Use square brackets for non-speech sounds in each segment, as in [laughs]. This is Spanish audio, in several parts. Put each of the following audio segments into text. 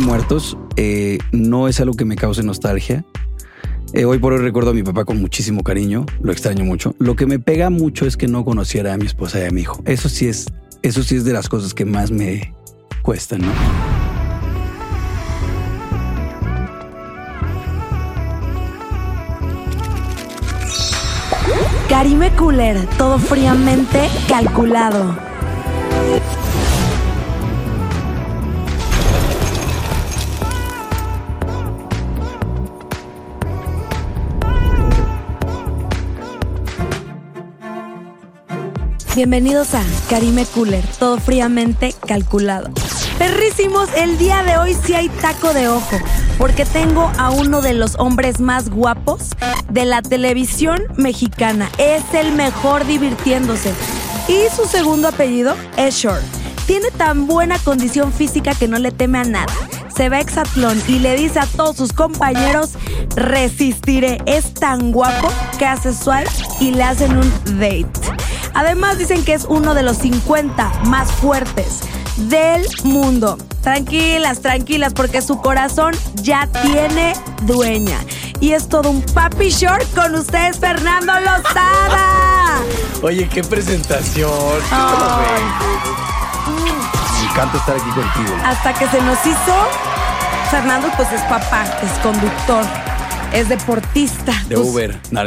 Muertos eh, no es algo que me cause nostalgia. Eh, hoy por hoy recuerdo a mi papá con muchísimo cariño, lo extraño mucho. Lo que me pega mucho es que no conociera a mi esposa y a mi hijo. Eso sí es, eso sí es de las cosas que más me cuestan, ¿no? Karime Cooler, todo fríamente calculado. Bienvenidos a Karime Cooler, todo fríamente calculado. Perrísimos, el día de hoy sí hay taco de ojo, porque tengo a uno de los hombres más guapos de la televisión mexicana. Es el mejor divirtiéndose. Y su segundo apellido es Short. Tiene tan buena condición física que no le teme a nada. Se va a Hexatlón y le dice a todos sus compañeros, resistiré. Es tan guapo que hace swipe y le hacen un date. Además dicen que es uno de los 50 más fuertes del mundo. Tranquilas, tranquilas, porque su corazón ya tiene dueña. Y es todo un papi short con ustedes, Fernando Lozada. Oye, qué presentación. Me encanta estar aquí contigo. Hasta que se nos hizo, Fernando pues es papá, es conductor, es deportista. De Pues, Uber. No,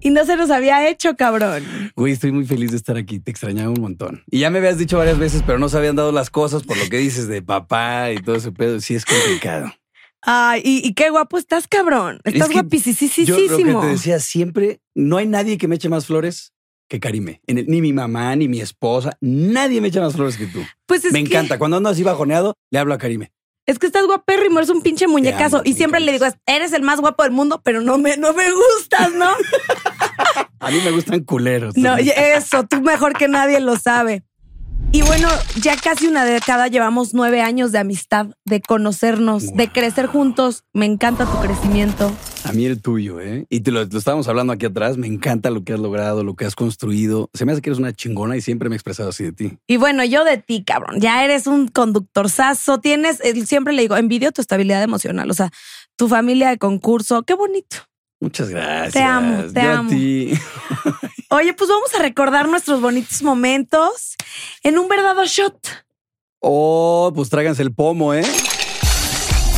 Y no se nos había hecho, cabrón. Güey, estoy muy feliz de estar aquí. Te extrañaba un montón. Y ya me habías dicho varias veces, pero no se habían dado las cosas por lo que dices de papá y todo ese pedo. Sí es complicado. Ay, y, y qué guapo estás, cabrón. Estás que Yo lo que guapisisísimo. te decía siempre, no hay nadie que me eche más flores que Karime. En el- ni mi mamá, ni mi esposa, nadie me echa más flores que tú. Pues es me que- encanta. Cuando ando así bajoneado, le hablo a Karime. Es que estás guapérrimo, eres un pinche muñecazo. amo, y me siempre le digo, eres el más guapo del mundo, pero no me, no me gustas, [laughs] ¿no? A mí me gustan culeros. no, y Entonces, eso, tú mejor que nadie lo sabe. Y bueno, ya casi una década llevamos nueve años de amistad, de conocernos, de Wow. crecer juntos. Me encanta tu crecimiento. A mí el tuyo, ¿eh? Y te lo, lo estábamos hablando aquí atrás. Me encanta lo que has logrado, lo que has construido. Se me hace que eres una chingona y siempre me he expresado así de ti. Y bueno, yo de ti, cabrón, ya eres un conductorzazo. Tienes, eh, siempre le digo, envidio tu estabilidad emocional. O sea, tu familia de concurso, qué bonito. Muchas gracias. Te amo, te Yo amo. a ti. Oye, pues vamos a recordar nuestros bonitos momentos en un verdadero shot. Oh, pues tráiganse el pomo, ¿eh?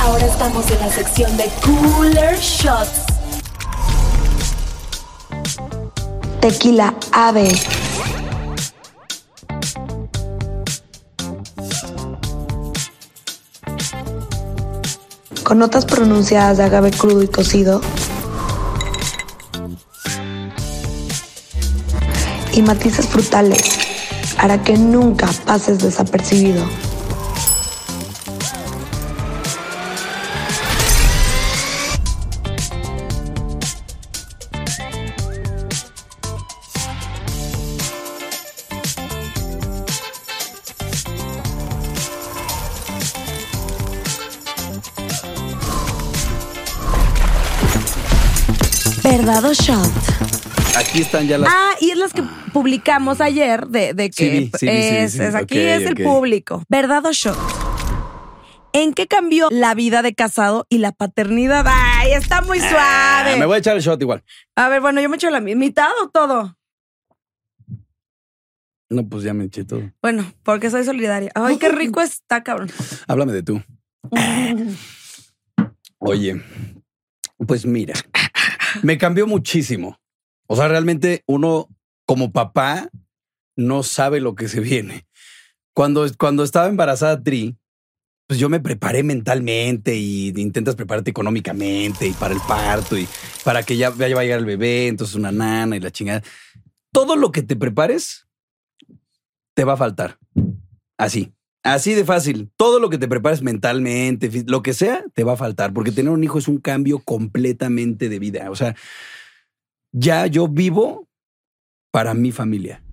Ahora estamos en la sección de Cooler Shots. Tequila Ave. con notas pronunciadas de agave crudo y cocido y matices frutales hará que nunca pases desapercibido. Verdado shot. Aquí están ya las. Ah, y es las que publicamos ayer de, de Sí, que vi, sí, vi, sí, es, sí, vi. es aquí Ok, es ok. el público. Verdado shot. ¿En qué cambió la vida de casado y la paternidad? Ay, está muy Ah, suave. me voy a echar el shot igual. A ver, bueno, yo me echo la mi- mitad o todo. No, pues ya me eché todo. Bueno, porque soy solidaria. Ay, qué rico está, cabrón. Háblame de tú. Oye, pues mira, me cambió muchísimo. O sea, realmente uno como papá no sabe lo que se viene. Cuando, cuando estaba embarazada Tri, pues yo me preparé mentalmente y intentas prepararte económicamente y para el parto y para que ya, ya va a llegar el bebé, entonces una nana y la chingada. todo lo que te prepares te va a faltar. Así. Así de fácil. Todo lo que te prepares mentalmente, fí- lo que sea, te va a faltar. Porque tener un hijo es un cambio completamente de vida. O sea, ya yo vivo para mi familia.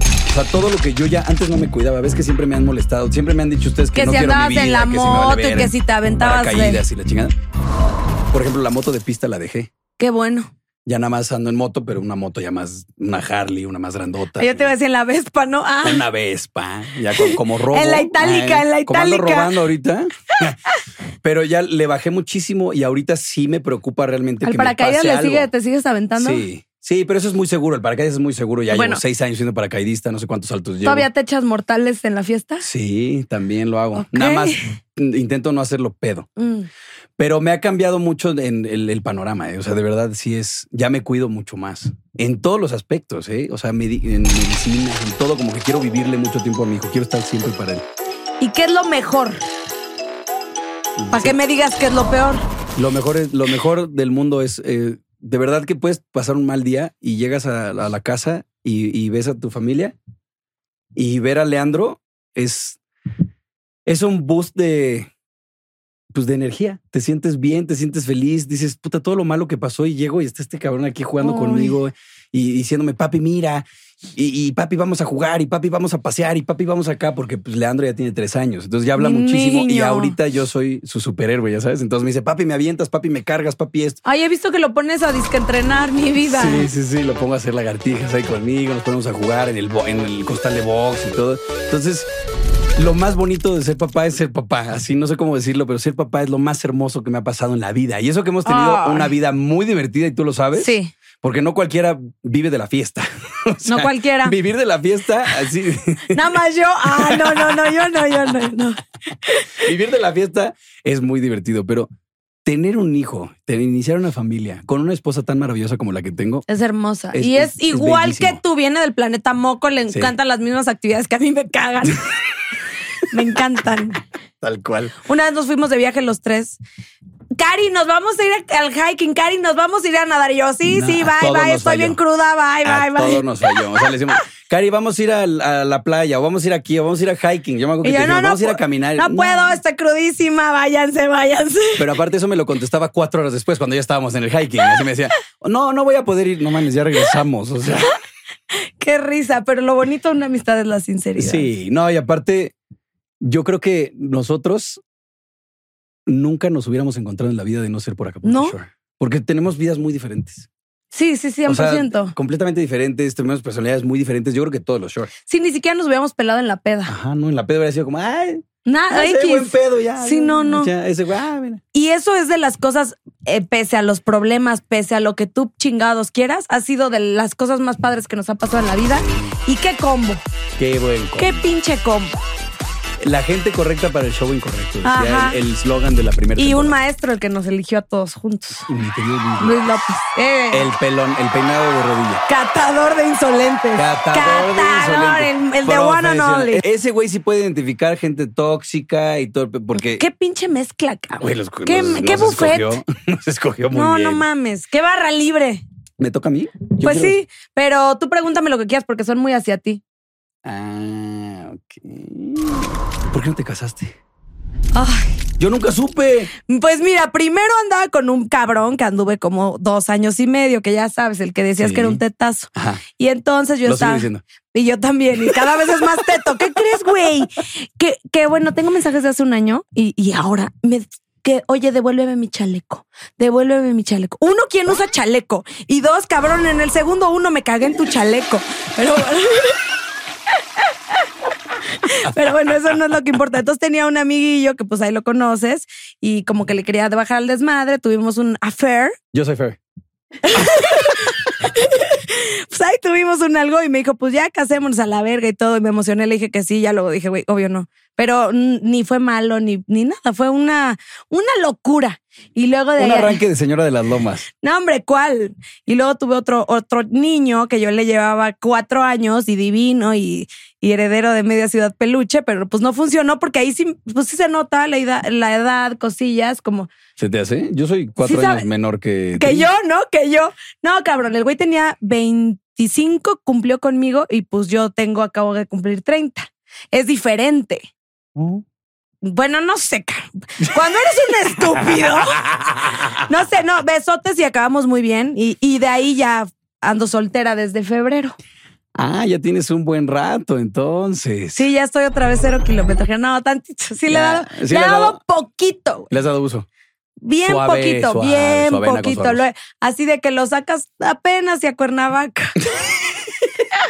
O sea, todo lo que yo ya antes no me cuidaba. Ves que siempre me han molestado. Siempre me han dicho ustedes que, Que no si quiero mi andabas en vida, la que si me moto vale y que verga, si te aventabas. de- paracaídas y la chingada. Por ejemplo, la moto de pista la dejé. Qué bueno. Ya nada más ando en moto, pero una moto ya más, una Harley, una más grandota. Yo te iba a decir en la Vespa, ¿no? Ah, Una Vespa, ya con- como robo. [laughs] Eh, En la itálica, en la como ando itálica. robando ahorita. [laughs] Pero ya le bajé muchísimo y ahorita sí me preocupa realmente al que me paracaídas pase le algo. sigue, te sigues aventando. Sí, sí, pero eso es muy seguro. El paracaídas es muy seguro. Ya Bueno. llevo seis años siendo paracaidista, no sé cuántos saltos llevo. ¿Todavía te echas mortales en la fiesta? Sí, también lo hago. Ok. Nada [laughs] más mm, intento no hacerlo pedo. Mm. Pero me ha cambiado mucho en el, el panorama. eh. O sea, de verdad sí es. Ya me cuido mucho más en todos los aspectos. eh. O sea, medi- en medicina, en todo. Como que quiero vivirle mucho tiempo a mi hijo. Quiero estar siempre para él. ¿Y qué es lo mejor? ¿Para qué me digas qué es lo peor? Lo mejor, es, lo mejor del mundo es eh, de verdad que puedes pasar un mal día y llegas a, a la casa y, y ves a tu familia y ver a Leandro es, es un boost de, pues de energía. Te sientes bien, te sientes feliz, dices, puta, todo lo malo que pasó y llego y está este cabrón aquí jugando Ay. conmigo y diciéndome, papi, mira, y, y papi, vamos a jugar, y papi, vamos a pasear, y papi, vamos acá, porque pues Leandro ya tiene tres años, entonces ya habla Mi muchísimo y niño. ahorita yo soy su superhéroe, ya sabes, entonces me dice, papi, me avientas, papi, me cargas, papi, esto. Ay, he visto que lo pones a disque entrenar mi vida. Sí, sí, sí, lo pongo a hacer lagartijas ahí conmigo, nos ponemos a jugar en el, bo- en el costal de box y todo. Entonces, lo más bonito de ser papá es ser papá. Así no sé cómo decirlo, pero ser papá es lo más hermoso que me ha pasado en la vida. Y eso que hemos tenido Ay. una vida muy divertida y tú lo sabes. Sí, Porque no cualquiera vive de la fiesta. [laughs] O sea, no cualquiera. Vivir de la fiesta, así. Nada más yo. Ah, no, no, no, yo no, yo no, no. vivir de la fiesta es muy divertido, pero tener un hijo, tener- iniciar una familia con una esposa tan maravillosa como la que tengo, Es hermosa. Es- y es, es- es igual que bellísimo. tú, viene del planeta Moco, le Sí. encantan las mismas actividades que a mí me [laughs] cagan. me encantan. tal cual. Una vez nos fuimos de viaje los tres. Cari, nos vamos a ir a- al hiking. Cari, nos vamos a ir a nadar. Y yo, sí, No, sí, a bye, todos bye. nos Estoy bien falló. cruda, bye, a bye, bye. todos nos falló. O sea, le decimos, Cari, vamos a ir al- a, la playa, o vamos a ir aquí, o vamos a ir a hiking. Yo me acuerdo que Y te yo, dijimos, no, no, vamos a ir a pu- caminar. No puedo, estoy crudísima, váyanse, váyanse. [laughs] Pero aparte eso me lo contestaba cuatro horas después cuando ya estábamos en el hiking. Así me decía, no, no voy a poder ir. No mames, ya regresamos. O sea, Qué risa, pero lo bonito de una amistad es la sinceridad. sí, no. Y aparte, yo creo que nosotros nunca nos hubiéramos encontrado en la vida de no ser por acá. ¿No? Porque tenemos vidas muy diferentes. Sí, sí, 100%. O sea, completamente diferentes, tenemos personalidades muy diferentes. Yo creo que todos los shorts. sí, ni siquiera nos hubiéramos pelado en la peda. Ajá, no, en la pedo hubiera sido como, ay, Nada, ese Ah, buen Ah, X. pedo ya. Sí, ya, no, no. ya, ese, güey, ah, mira. Y eso es de las cosas, eh, pese a los problemas, pese a lo que tú chingados quieras, ha sido de las cosas más padres que nos ha pasado en la vida. Y qué combo, Qué buen combo. qué pinche combo. La gente correcta para el show incorrecto. decía Ajá. el el eslogan de la primera Y un temporada. maestro el que nos eligió a todos juntos. Y mi querido Luis Miguel. Luis López. Eh, El pelón, el peinado de rodilla. catador de insolentes. Catador de Catador, insolente. el, el de one and Profesional. only. Ese güey sí puede identificar gente tóxica y todo, porque. Qué pinche mezcla, cabrón. Güey, los- qué nos- qué nos buffet. Escogió, [laughs] nos escogió muy No, bien. no mames. Qué barra libre. ¿Me toca a mí? Yo pues quiero- sí, pero tú pregúntame lo que quieras porque son muy hacia ti. Ah, ok. ¿Por qué no te casaste? Ay, Yo nunca supe. pues mira, primero andaba con un cabrón que anduve como dos años y medio, que ya sabes, el que decías Sí. que era un tetazo. Ajá. Y entonces yo Lo sigo estaba. diciendo. Y yo también, y cada vez es más teto. ¿Qué crees, güey? Que, que bueno, tengo mensajes de hace un año y, y ahora me que, oye, devuélveme mi chaleco. Devuélveme mi chaleco. Uno, ¿quién usa chaleco? Y dos, cabrón, en el segundo uno me cagué en tu chaleco. Pero Pero bueno, eso no es lo que importa. Entonces tenía un amiguillo que pues ahí lo conoces y como que le quería bajar al desmadre, tuvimos un affair Yo soy Fer. pues ahí tuvimos un algo y me dijo, pues ya casémonos a la verga y todo. Y me emocioné, le dije que sí, ya luego dije, güey, obvio no. Pero mm, ni fue malo, ni, ni nada, fue una, una locura. Y luego de Un ahí- arranque de señora de las lomas. no, hombre, ¿cuál? Y luego tuve otro, otro niño que yo le llevaba cuatro años y divino y, y heredero de media ciudad peluche, pero pues no funcionó porque ahí sí, pues sí se nota la edad, la edad cosillas, como ¿Se te hace? Yo soy cuatro Sí años sabe- menor que. que tú. yo, ¿no? Que yo. No, cabrón, el güey tenía 20 25 cumplió conmigo y pues yo tengo, acabo de cumplir 30. Es diferente. Uh. Bueno, no sé. Caro. Cuando eres un [laughs] estúpido. No sé, no, besotes y acabamos muy bien. Y, y de ahí ya ando soltera desde febrero. Ah, ya tienes un buen rato, entonces. Sí, ya estoy otra vez cero kilómetros. No, tantito. Sí, le he Ya, dado, sí le le he has dado dado. poquito. güey. ¿Le has dado uso? Bien Suave, poquito, suave, bien suavena con poquito. suaves. Lo he- así de que lo sacas apenas y a Cuernavaca.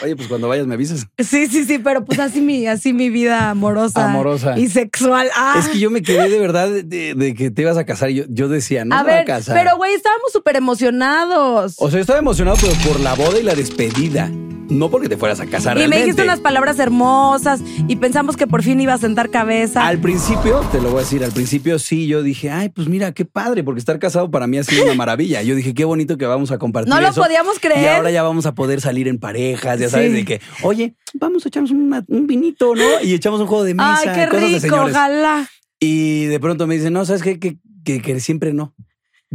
Oye, pues cuando vayas me avisas. Sí, sí, sí, pero pues así mi, así mi vida amorosa, Amorosa. y sexual. Ah. Es que yo me quedé de verdad de, de que te ibas a casar. Yo, yo decía, no a me voy ver, a casar. pero güey, estábamos súper emocionados. O sea, yo estaba emocionado, pero por la boda y la despedida. No porque te fueras a casar y me realmente. dijiste unas palabras hermosas y pensamos que por fin iba a sentar cabeza. Al principio, te lo voy a decir, al principio sí, yo dije, ay, pues mira, qué padre, porque estar casado para mí ha [laughs] sido una maravilla. Yo dije, qué bonito que vamos a compartir. No lo eso. podíamos Y creer. ahora ya vamos a poder salir en parejas, ya sabes, Sí. de que, oye, vamos a echarnos una- un vinito, ¿no? Y echamos un juego de mesa. Ay, qué cosas de rico, señores. ojalá. Y de pronto me dicen, no, ¿sabes qué? Que, que, que siempre no.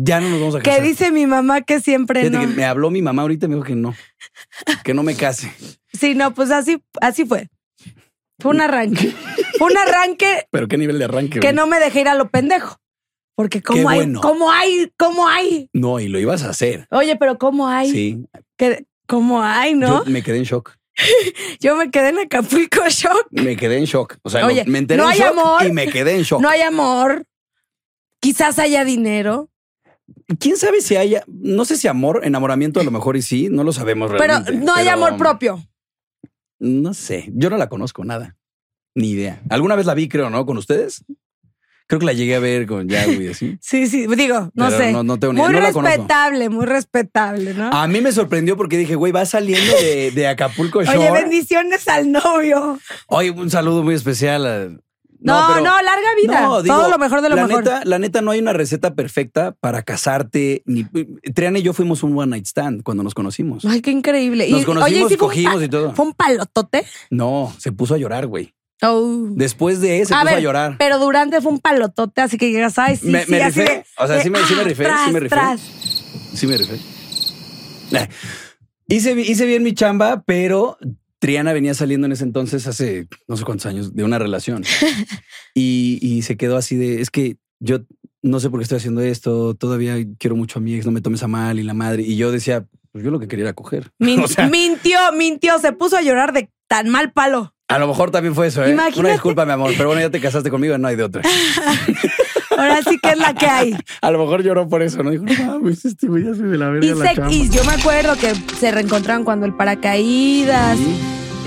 Ya no nos vamos a casar. Que dice mi mamá que siempre Fíjate no. que me habló mi mamá ahorita y me dijo que no. Que no me case. [laughs] Sí, no, pues así, así fue. Fue un arranque. fue un arranque Pero qué nivel de arranque. que güey. no me dejé ir a lo pendejo. Porque cómo hay, bueno. cómo hay, cómo hay. No, y lo ibas a hacer. Oye, pero cómo hay. Sí. que como ay, ¿no? Yo me quedé en shock. Yo, me quedé en Acapulco [laughs] shock. Me quedé en shock. O sea, lo- Oye, me enteré no en hay shock amor. y me quedé en shock. No hay amor. Quizás haya dinero, ¿Quién sabe si haya, no sé si amor, enamoramiento a lo mejor y sí, no lo sabemos pero realmente. no hay pero, um, amor propio. No sé, yo no la conozco nada. Ni idea. Alguna vez la vi, creo, ¿no? Con ustedes. Creo que la llegué a ver con Yahweh, así. [laughs] Sí, sí, digo, no Pero sé. No, no tengo ni idea. muy No la conozco. Ah, respetable, muy respetable, ¿no? A mí me sorprendió porque dije, güey, va saliendo de, de Acapulco Shore. Oye, bendiciones al novio. Oye, un saludo muy especial. a- No, no, pero- larga vida. No, digo, Todo lo mejor de lo la mejor. Neta, la neta, no hay una receta perfecta para casarte. Ni, Triana y yo fuimos un one night stand cuando nos conocimos. Ay, qué increíble. Y- Nos conocimos, oye, ¿y si fue un cogimos pa- y todo. ¿Fue un palotote? No, se puso a llorar, güey. Oh. Después de eso, se a puso ver, a llorar. pero durante fue un palotote, así que llegas, ay, sí, Me- sí, me así rifé. de- O sea, de, sí me- sí me ah, rifé, sí tras, me rifé. tras. Sí, me refiero. Nah. Ah, Hice, bi- hice bien mi chamba, pero Triana venía saliendo en ese entonces, hace no sé cuántos años, de una [laughs] relación. Y, y se quedó así de, es que yo no sé por qué estoy haciendo esto, todavía quiero mucho a mi ex, no me tomes a mal y la madre. Y yo decía, pues yo lo que quería era coger. Min- [laughs] O sea, mintió, mintió, se puso a llorar de tan mal palo. a lo mejor también fue eso, ¿eh? Una Imagínate. disculpa, mi amor, pero bueno, ya te casaste conmigo, no hay de otra. Ahora sí que es la que [laughs] hay. A lo mejor lloró por eso, ¿no? Dijo, no, pues este güey ya se me la verga Y, la se- chamba". y yo me acuerdo que se reencontraron cuando el paracaídas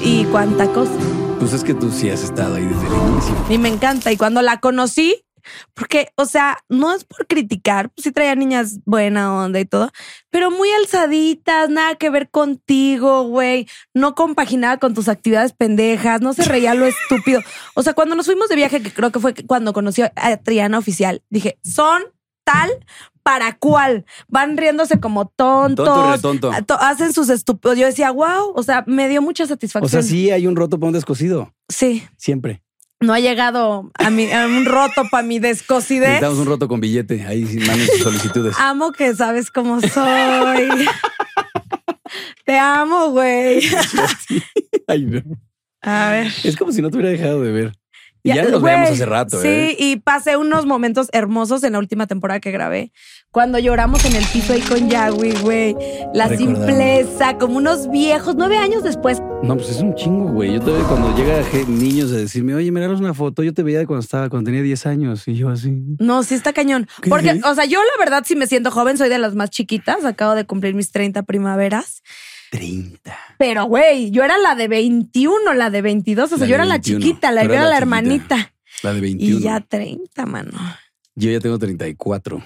y cuánta cosa. Pues es que tú sí has estado ahí desde el inicio. Y me encanta. Y cuando la conocí, porque, o sea, no es por criticar, pues sí traía niñas buena onda y todo, pero muy alzaditas, nada que ver contigo, güey. No compaginaba con tus actividades pendejas, no se reía lo estúpido. O sea, cuando nos fuimos de viaje, que creo que fue cuando conocí a Triana oficial, dije, son tal para cual. Van riéndose como tontos. Tonto y retonto. a- to- Hacen sus estúpidos. Yo decía, wow, o sea, me dio mucha O satisfacción. sea, sí hay un roto para un descosido. Sí Siempre. no ha llegado a, mi, a un roto para mi descosidez. Necesitamos un roto con billete. Ahí sí manden sus [laughs] solicitudes. Amo que sabes cómo soy. Te amo, güey. Ay, no. A ver. Es como si no te hubiera dejado de ver. Y ya, nos güey, veíamos hace rato, Sí, ¿eh? y pasé unos momentos hermosos en la última temporada que grabé. Cuando lloramos en el piso ahí con Yahweh, güey. La Recordando. simpleza, como unos viejos, nueve años después. No, pues es un chingo, güey. Yo todavía cuando llega je- niños a decirme, oye, me regalas una foto, yo te veía de cuando estaba, cuando tenía 10 años. Y yo así. No, sí está cañón. ¿Qué Porque, dices? o sea, yo la verdad sí me siento joven, soy de las más chiquitas, acabo de cumplir mis 30 primaveras. 30. Pero, güey, yo era la de 21, la de 22. O sea, La yo de era la 21, chiquita, la, tú yo eras era la, la chiquita. hermanita. La de Y 21. ya 30, mano. Yo ya tengo 34.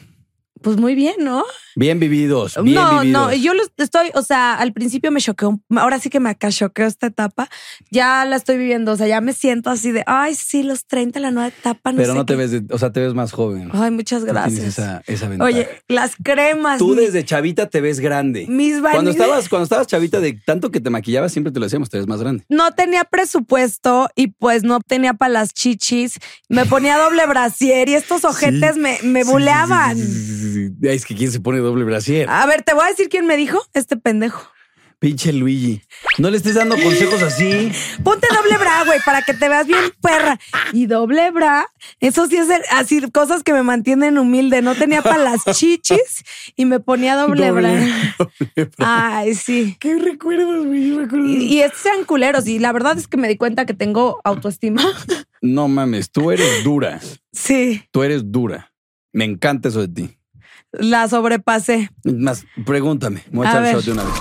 Pues muy bien, ¿no? Bien vividos. Bien no, vividos. no, yo los estoy, o sea, al principio me choqueó, un- ahora sí que me acachoqueó esta etapa. Ya la estoy viviendo, o sea, ya me siento así de, ay, sí, los 30, la nueva etapa. No Pero sé no te qué". ves, de- o sea, te ves más joven. Ay, muchas Tú tienes gracias. Esa, esa ventaja. Oye, las cremas. Tú mi- desde chavita te ves grande. mis Cuando vanidades. estabas, cuando estabas chavita, de tanto que te maquillabas, siempre te lo decíamos, te ves más grande. no tenía presupuesto y pues no tenía para las chichis. Me ponía doble brasier y estos ojetes me, me Sí, buleaban. Ah. sí, sí, sí, sí, sí. Ay, es que quién se pone doble brasier. A ver, te voy a decir quién me dijo este pendejo. Pinche Luigi. No le estés dando consejos [laughs] así. Ponte doble bra, güey, para que te veas bien perra. Y doble bra, eso sí es el- así cosas que me mantienen humilde. No tenía para [laughs] las chichis y me ponía doble, bra. doble bra. Ay, sí. Qué recuerdos, güey. recuerdos. Y, y estos eran culeros y la verdad es que me di cuenta que tengo autoestima. [laughs] No mames, tú eres dura. Sí, Tú eres dura. Me encanta eso de ti. la sobrepasé. Es Más, pregúntame. Me voy a A echar el ver. shot de una vez.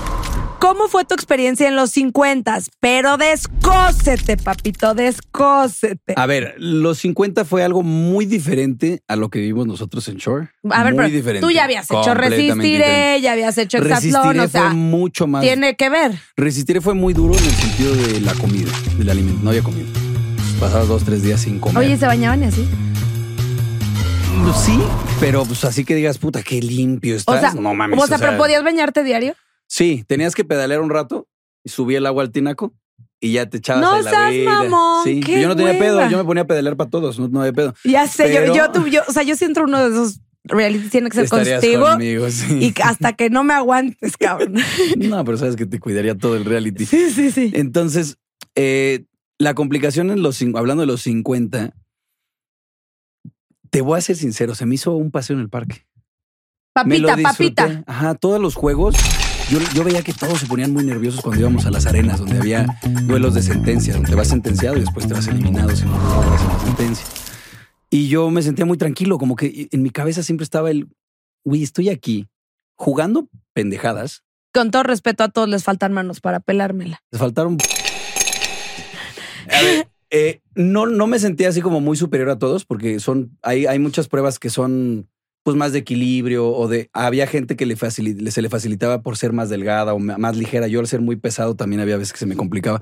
¿Cómo fue tu experiencia en los 50? Pero descósete, papito, descósete. A ver, los 50 fue algo muy diferente a lo que vivimos nosotros en Shore. A ver, muy pero tú ya habías hecho Completamente Resistiré, diferente. ya habías hecho Exatlón, Resistiré o sea, fue mucho más. tiene que ver. Resistiré fue muy duro en el sentido de la comida, del alimento. No había comido. Pasabas dos, tres días sin comer. Oye, ¿se bañaban y así? sí, pero pues así que digas, puta, qué limpio O sea, estás. no mames. o sea, o pero sea, podías bañarte diario. Sí, tenías que pedalear un rato y subía el agua al tinaco y ya te echabas No de la seas vida. mamón, Sí, qué yo no tenía hueva. pedo, yo me ponía a pedalear para todos, no, no había pedo. Ya sé, yo, Pero- yo, tu- yo- o sea, yo sí entro a uno de esos reality, tiene que ser Estarías contigo conmigo, sí. y hasta que no me aguantes, cabrón. [laughs] No, pero sabes que te cuidaría todo el reality. sí, sí, sí. Entonces, eh, la complicación en los cin- hablando de los 50, te voy a ser sincero, se me hizo un paseo en el parque. Me lo Papita, disfruté. papita. Ajá, todos los juegos. Yo, yo veía que todos se ponían muy nerviosos cuando íbamos a las arenas, donde había duelos de sentencia, donde vas sentenciado y después te vas eliminado si no logras la sentencia. Y yo me sentía muy tranquilo, como que eh, en mi cabeza siempre estaba el, güey, estoy aquí jugando pendejadas. Con todo respeto a todos les faltan manos para pelármela. Les faltaron. A ver, eh, no, no me sentía así como muy superior a todos, porque son, hay, hay muchas pruebas que son pues más de equilibrio o de había gente que le facili- le- se le facilitaba por ser más delgada o ma- más ligera. Yo al ser muy pesado también había veces que se me complicaba,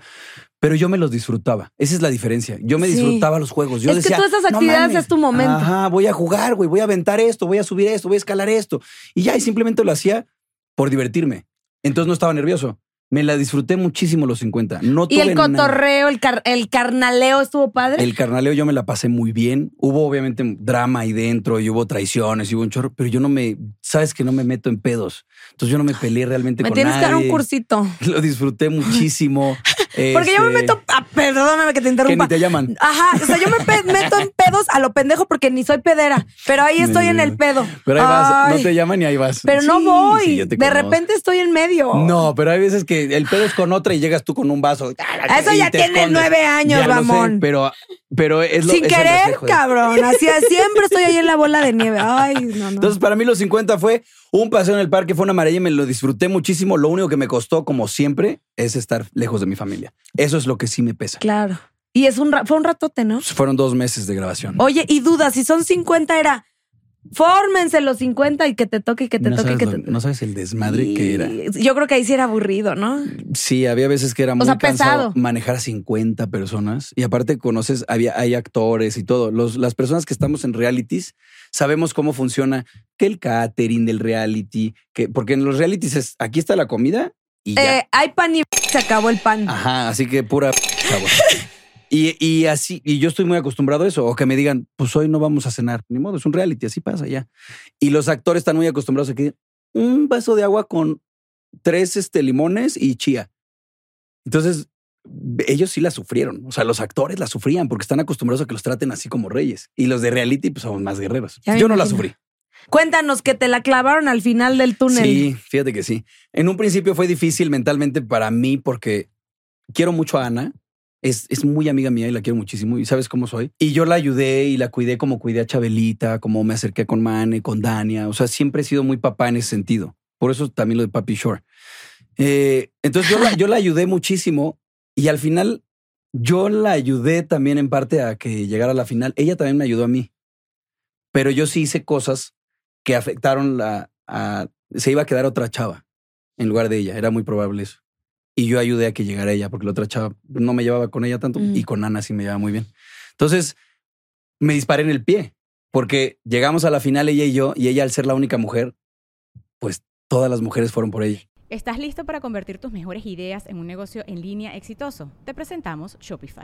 pero yo me los disfrutaba. Esa es la diferencia. Yo me Sí. disfrutaba los juegos. Yo Es que decía, todas esas "No actividades mames, es tu momento". Ajá, voy a jugar, güey, voy a aventar esto, voy a subir esto, voy a escalar esto. Y ya, y simplemente lo hacía por divertirme. Entonces no estaba nervioso. Me la disfruté muchísimo los 50. No Y el tuve nada. cotorreo, el, car- el carnaleo estuvo padre. El carnaleo yo me la pasé muy bien. Hubo obviamente drama ahí dentro y hubo traiciones y hubo un chorro, pero yo no me, sabes que no me meto en pedos. Entonces yo no me peleé realmente me con tienes que dar un nadie. cursito. [laughs] Lo disfruté muchísimo. [laughs] Porque yo me Este, meto, ah, perdóname que te Que ni interrumpa. te llaman. Ajá, o sea, yo me pe- meto en pedos a lo pendejo porque ni soy pedera, pero ahí estoy en el pedo. Pero ahí vas, Ay, no te llaman y ahí vas. Pero no Sí, voy, sí, yo te de conozco. repente estoy en medio. No, pero hay veces que el pedo es con otra y llegas tú con un vaso. Eso y ya te tiene escondes. nueve años, Ya lo sé, mamón. pero, pero es lo Sin es el querer, reflejo de- cabrón. Así es, siempre estoy ahí en la bola de nieve. Ay, no, no. Entonces, para mí los 50 fue un paseo en el parque, fue una maravilla y me lo disfruté muchísimo. Lo único que me costó, como siempre, es estar lejos de mi familia. Eso es lo que sí me pesa. claro. Y es un ra- fue un ratote, ¿no? Fueron dos meses de grabación. Oye, y duda, si son 50 era fórmense los 50 y que te toque y que te no, toque y sabes que lo- te no sabes el desmadre que era. Y Yo creo que ahí sí era aburrido, ¿no? Sí, había veces que era muy sea, cansado pesado. manejar a 50 personas y aparte conoces, había, hay actores y todo. Los, las personas que estamos en realities sabemos cómo funciona que el catering del reality, que, porque en los realities es aquí está la comida y ya. Ah. Eh, hay pan y se acabó el pan. Ajá, así que pura chavo. Y, y así, y yo estoy muy acostumbrado a eso, o que me digan, pues hoy no vamos a cenar, ni modo, es un reality, así pasa ya. Y los actores están muy acostumbrados a que un vaso de agua con tres este, limones y chía. Entonces, ellos sí la sufrieron, o sea, los actores la sufrían porque están acostumbrados a que los traten así como reyes. Y los de reality, pues somos más guerreros. Ya me Yo no la imagino. sufrí. Cuéntanos que te la clavaron al final del túnel. Sí, fíjate que sí. En un principio fue difícil mentalmente para mí porque quiero mucho a Ana. Es, es muy amiga mía y la quiero muchísimo y sabes cómo soy. Y yo la ayudé y la cuidé como cuidé a Chabelita, como me acerqué con Mane, con Dania. O sea, siempre he sido muy papá en ese sentido. Por eso también lo de Papi Shore. Eh, entonces yo la, yo la ayudé muchísimo y al final yo la ayudé también en parte a que llegara a la final. Ella también me ayudó a mí. Pero yo sí hice cosas que afectaron la, a- se iba a quedar otra chava en lugar de ella. Era muy probable eso. Y yo ayudé a que llegara ella porque la otra chava no me llevaba con ella tanto Ujú. y con Ana sí me llevaba muy bien. Entonces me disparé en el pie porque llegamos a la final ella y yo y ella al ser la única mujer, pues todas las mujeres fueron por ella. ¿Estás listo para convertir tus mejores ideas en un negocio en línea exitoso? Te presentamos Shopify.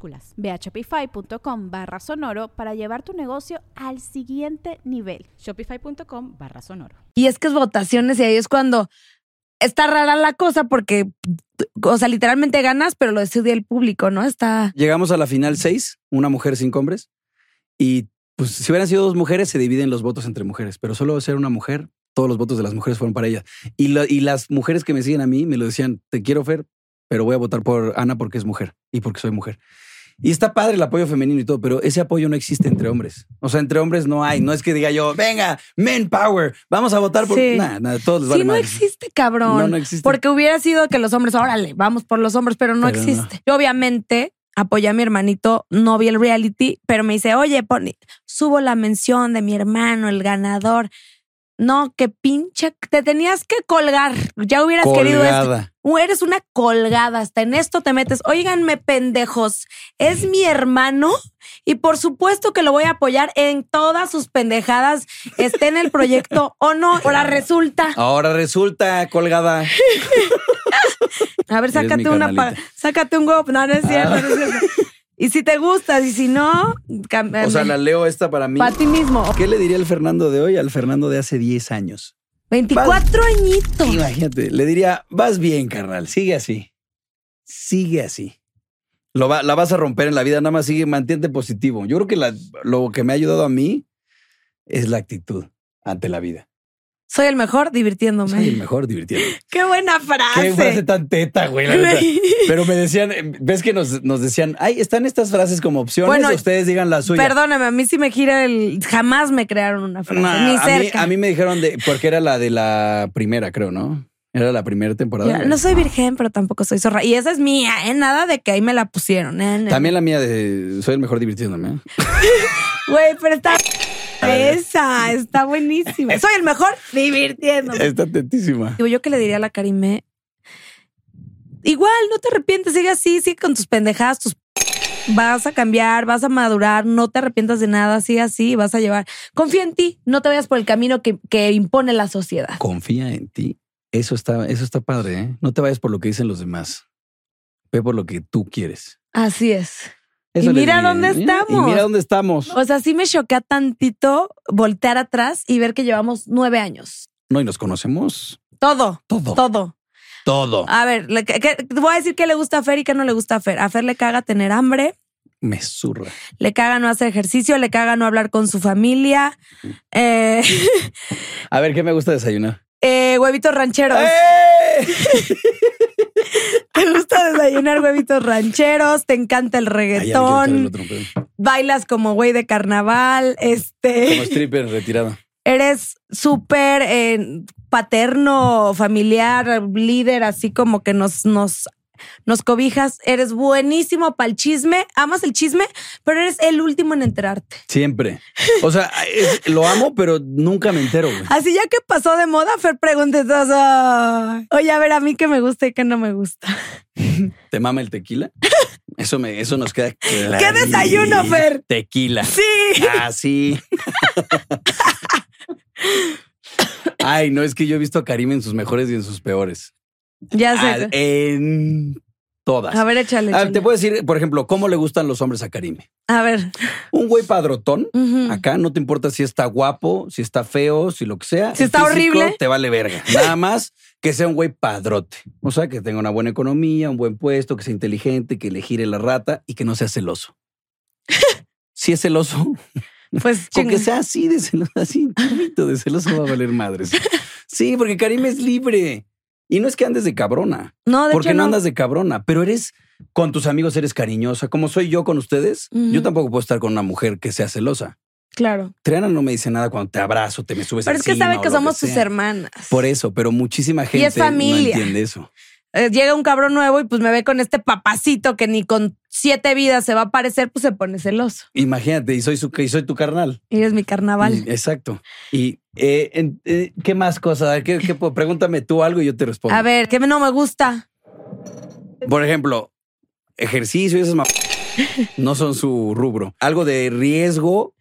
Ve a shopify.com barra sonoro para llevar tu negocio al siguiente nivel. Shopify.com barra sonoro. Y es que es votaciones y ahí es cuando está rara la cosa porque, o sea, literalmente ganas, pero lo decide el público, ¿no? Está. Llegamos a la final seis, una mujer, cinco hombres. Y pues si hubieran sido dos mujeres, se dividen los votos entre mujeres, pero solo ser una mujer, todos los votos de las mujeres fueron para ella. Y, la- y las mujeres que me siguen a mí me lo decían, te quiero Fer, pero voy a votar por Ana porque es mujer y porque soy mujer. Y está padre el apoyo femenino y todo, pero ese apoyo no existe entre hombres. O sea, entre hombres no hay. No es que diga yo, venga, men power, vamos a votar por... Sí. Nada, nada, todos les Sí, vale no madre. existe, cabrón. No, no existe. Porque hubiera sido que los hombres, órale, vamos por los hombres, pero no Pero no. existe. Yo obviamente apoyé a mi hermanito, no vi el reality, pero me dice, oye, pon- subo la mención de mi hermano, el ganador. No, qué pinche, te tenías que colgar. Ya hubieras querido esto. Colgada. Uh, Eres una colgada, hasta en esto te metes. Óiganme, pendejos, es mi hermano y por supuesto que lo voy a apoyar en todas sus pendejadas, esté en el [laughs] proyecto o no. Ahora resulta. Ahora resulta colgada. A ver, Eres sácate mi una, pa- carnalita. sácate un go. No, no es cierto, Ah. no es cierto. Y si te gustas y si no, cam- O sea, la leo esta para mí. para ti mismo. ¿Qué le diría el Fernando de hoy al Fernando de hace 10 años? 24 añitos. Imagínate, le diría, vas bien, carnal, sigue así. Sigue así. Lo va- la vas a romper en la vida, nada más sigue, mantente positivo. Yo creo que la- lo que me ha ayudado a mí es la actitud ante la vida. Soy el mejor divirtiéndome. Soy el mejor divirtiendo. Qué buena frase. Qué frase tan teta, güey. la [laughs] neta. Pero me decían, eh, ves que nos, nos decían, ay, están estas frases como opciones, Bueno, ustedes digan la suya. Perdóname, a mí sí me gira el. Jamás me crearon una frase. Nah, ni a, mí, cerca. a mí me dijeron de, porque era la de la primera, creo, ¿no? Era la primera temporada. Mira, no soy virgen, pero tampoco soy zorra. Y esa es mía, ¿eh? Nada de que ahí me la pusieron. ¿eh? También la mía de soy el mejor divirtiéndome. ¿eh? Güey, pero está. Esa está buenísima. Soy el mejor divirtiéndome. Está tetísima. Digo, yo que le diría a la Karime. Igual, no te arrepientes, sigue así, sigue con tus pendejadas, tus. Vas a cambiar, vas a madurar, no te arrepientas de nada, sigue así, vas a llevar. Confía en ti, no te vayas por el camino que, que impone la sociedad. Confía en ti. Eso está, eso está padre, ¿eh? No te vayas por lo que dicen los demás. Ve por lo que tú quieres. Así es. Eso Y les mira diría, dónde ¿eh? estamos. Y mira dónde estamos. O sea, sí me choquea tantito voltear atrás y ver que llevamos nueve años. No, y nos conocemos Todo, todo. todo. Todo. A ver, le- que- que- te voy a decir qué le gusta a Fer y qué no le gusta a Fer. A Fer le caga tener hambre, Me zurra. le caga no hacer ejercicio, le caga no hablar con su familia. Eh, [laughs] A ver, ¿qué me gusta desayunar? eh, huevitos rancheros. ¡Eh! Te gusta desayunar huevitos rancheros, te encanta el Ay, ya me quiero echar reggaetón, el otro, perdón. bailas como güey de carnaval, este... Como stripper retirado. eres súper eh, paterno, familiar, líder, así como que nos, nos, nos cobijas. Eres buenísimo para el chisme, amas el chisme, pero eres el último en enterarte. Siempre. O sea, es- lo amo, pero nunca me entero. güey. Así ya que pasó de moda, Fer preguntas, oye, a ver, a mí que me gusta y que no me gusta. ¿Te mama el tequila? Eso, me, eso nos queda claro. ¿Qué desayuno, Fer? Tequila. Sí. Ah, [laughs] sí. Ay, no, es que yo he visto a Karim en sus mejores y en sus peores. Ya Ah, sé. en todas. A ver, échale. Ah, échale. te puedo decir, por ejemplo, cómo le gustan los hombres a Karim. A ver. Un güey padrotón. Ujú. Acá no te importa si está guapo, si está feo, si lo que sea. Si El está horrible. Te [laughs] vale verga. Nada más que sea un güey padrote. O sea, que tenga una buena economía, un buen puesto, que sea inteligente, que le gire la rata y que no [laughs] sea celoso. si es celoso, Pues con que chinga. sea así de celoso, así un poquito de celoso va a valer madres. Sí, porque Karim es libre. Y no es que andes de cabrona, No, de porque hecho no no. andas de cabrona, pero eres Con tus amigos eres cariñosa. Como soy yo con ustedes, Ujú. yo tampoco puedo estar con una mujer que sea celosa. Claro. Triana no me dice nada cuando te abrazo, te me subes Pero es que encima sabe o que lo somos sus sea. hermanas. Por eso, pero muchísima gente es familia. no entiende eso. Eh, llega un cabrón nuevo y pues me ve con este papacito que ni con siete vidas se va a parecer, pues se pone celoso. Imagínate, y soy, su, y soy tu carnal. Y es mi carnaval. Y- Exacto. Y eh, en- eh, ¿qué más cosas? ¿Qué- qué puedo? pregúntame tú algo y yo te respondo. A ver, ¿qué no me gusta? Por ejemplo, ejercicio y esas ma- no son su rubro. Algo de riesgo,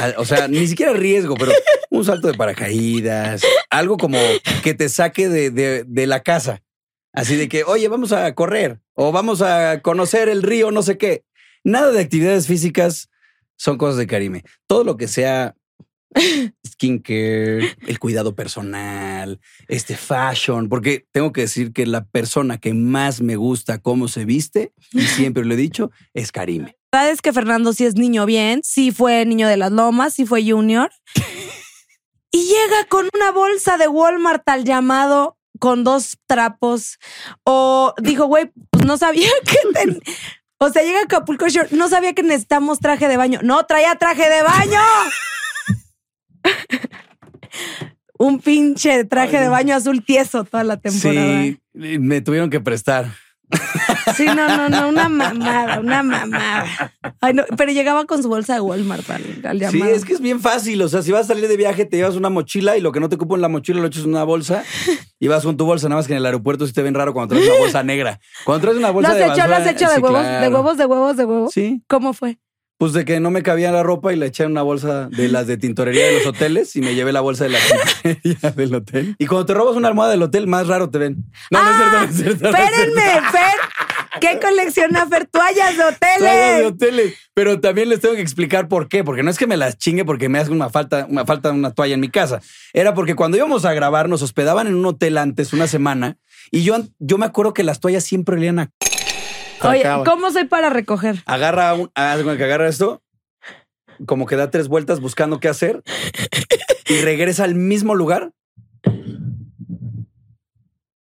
al- o sea, ni siquiera riesgo, pero un salto de paracaídas, algo como que te saque de, de- de la casa. Así de que, oye, vamos a correr o vamos a conocer el río, no sé qué. Nada de actividades físicas son cosas de Karime. Todo lo que sea skincare, el cuidado personal, este fashion, porque tengo que decir que la persona que más me gusta cómo se viste, [laughs] y siempre lo he dicho, es Karime. La verdad es que Fernando sí es niño bien, sí fue niño de las lomas, sí fue junior. y llega con una bolsa de Walmart al llamado con dos trapos. O dijo, güey, pues no sabía [laughs] que... ten- O sea, llega a Acapulco Shore, no sabía que necesitamos traje de baño. No, traía traje de baño. Un pinche traje de baño azul tieso toda la temporada. Sí, me tuvieron que prestar. Sí, no, no, no, una mamada, una mamada. Ay, no, pero llegaba con su bolsa de Walmart al, al Sí, llamado. es que es bien fácil. O sea, si vas a salir de viaje, te llevas una mochila y lo que no te cupo en la mochila lo echas en una [laughs] bolsa y vas con tu bolsa. Nada más que en el aeropuerto sí te ven raro cuando traes una bolsa negra. Cuando traes una ¿Lo bolsa has de hecho, lo has basura- hecho de Sí, huevos, de claro. huevos, de huevos, de huevos? Sí, ¿Cómo fue? pues de que no me cabía la ropa y la eché en una bolsa de las de tintorería de los hoteles y me llevé la bolsa de la tintorería del hotel. Y cuando te robas una almohada del hotel, más raro te ven. No, no es cierto, no es cierto. no es cierto. Ah, [laughs] Espérenme, Fer. ¿Qué colecciona Fer? Toallas de Toallas de hoteles. hoteles. Pero también les tengo que explicar por qué, porque no es que me las chingue porque me hace una falta, una falta de una toalla en mi casa. Era porque cuando íbamos a grabar nos hospedaban en un hotel antes una semana y yo, yo me acuerdo que las toallas siempre olían a Oye, Sacaba. ¿cómo soy para recoger? agarra un, haz de cuenta que agarra esto, como que da tres vueltas buscando qué hacer y regresa al mismo lugar.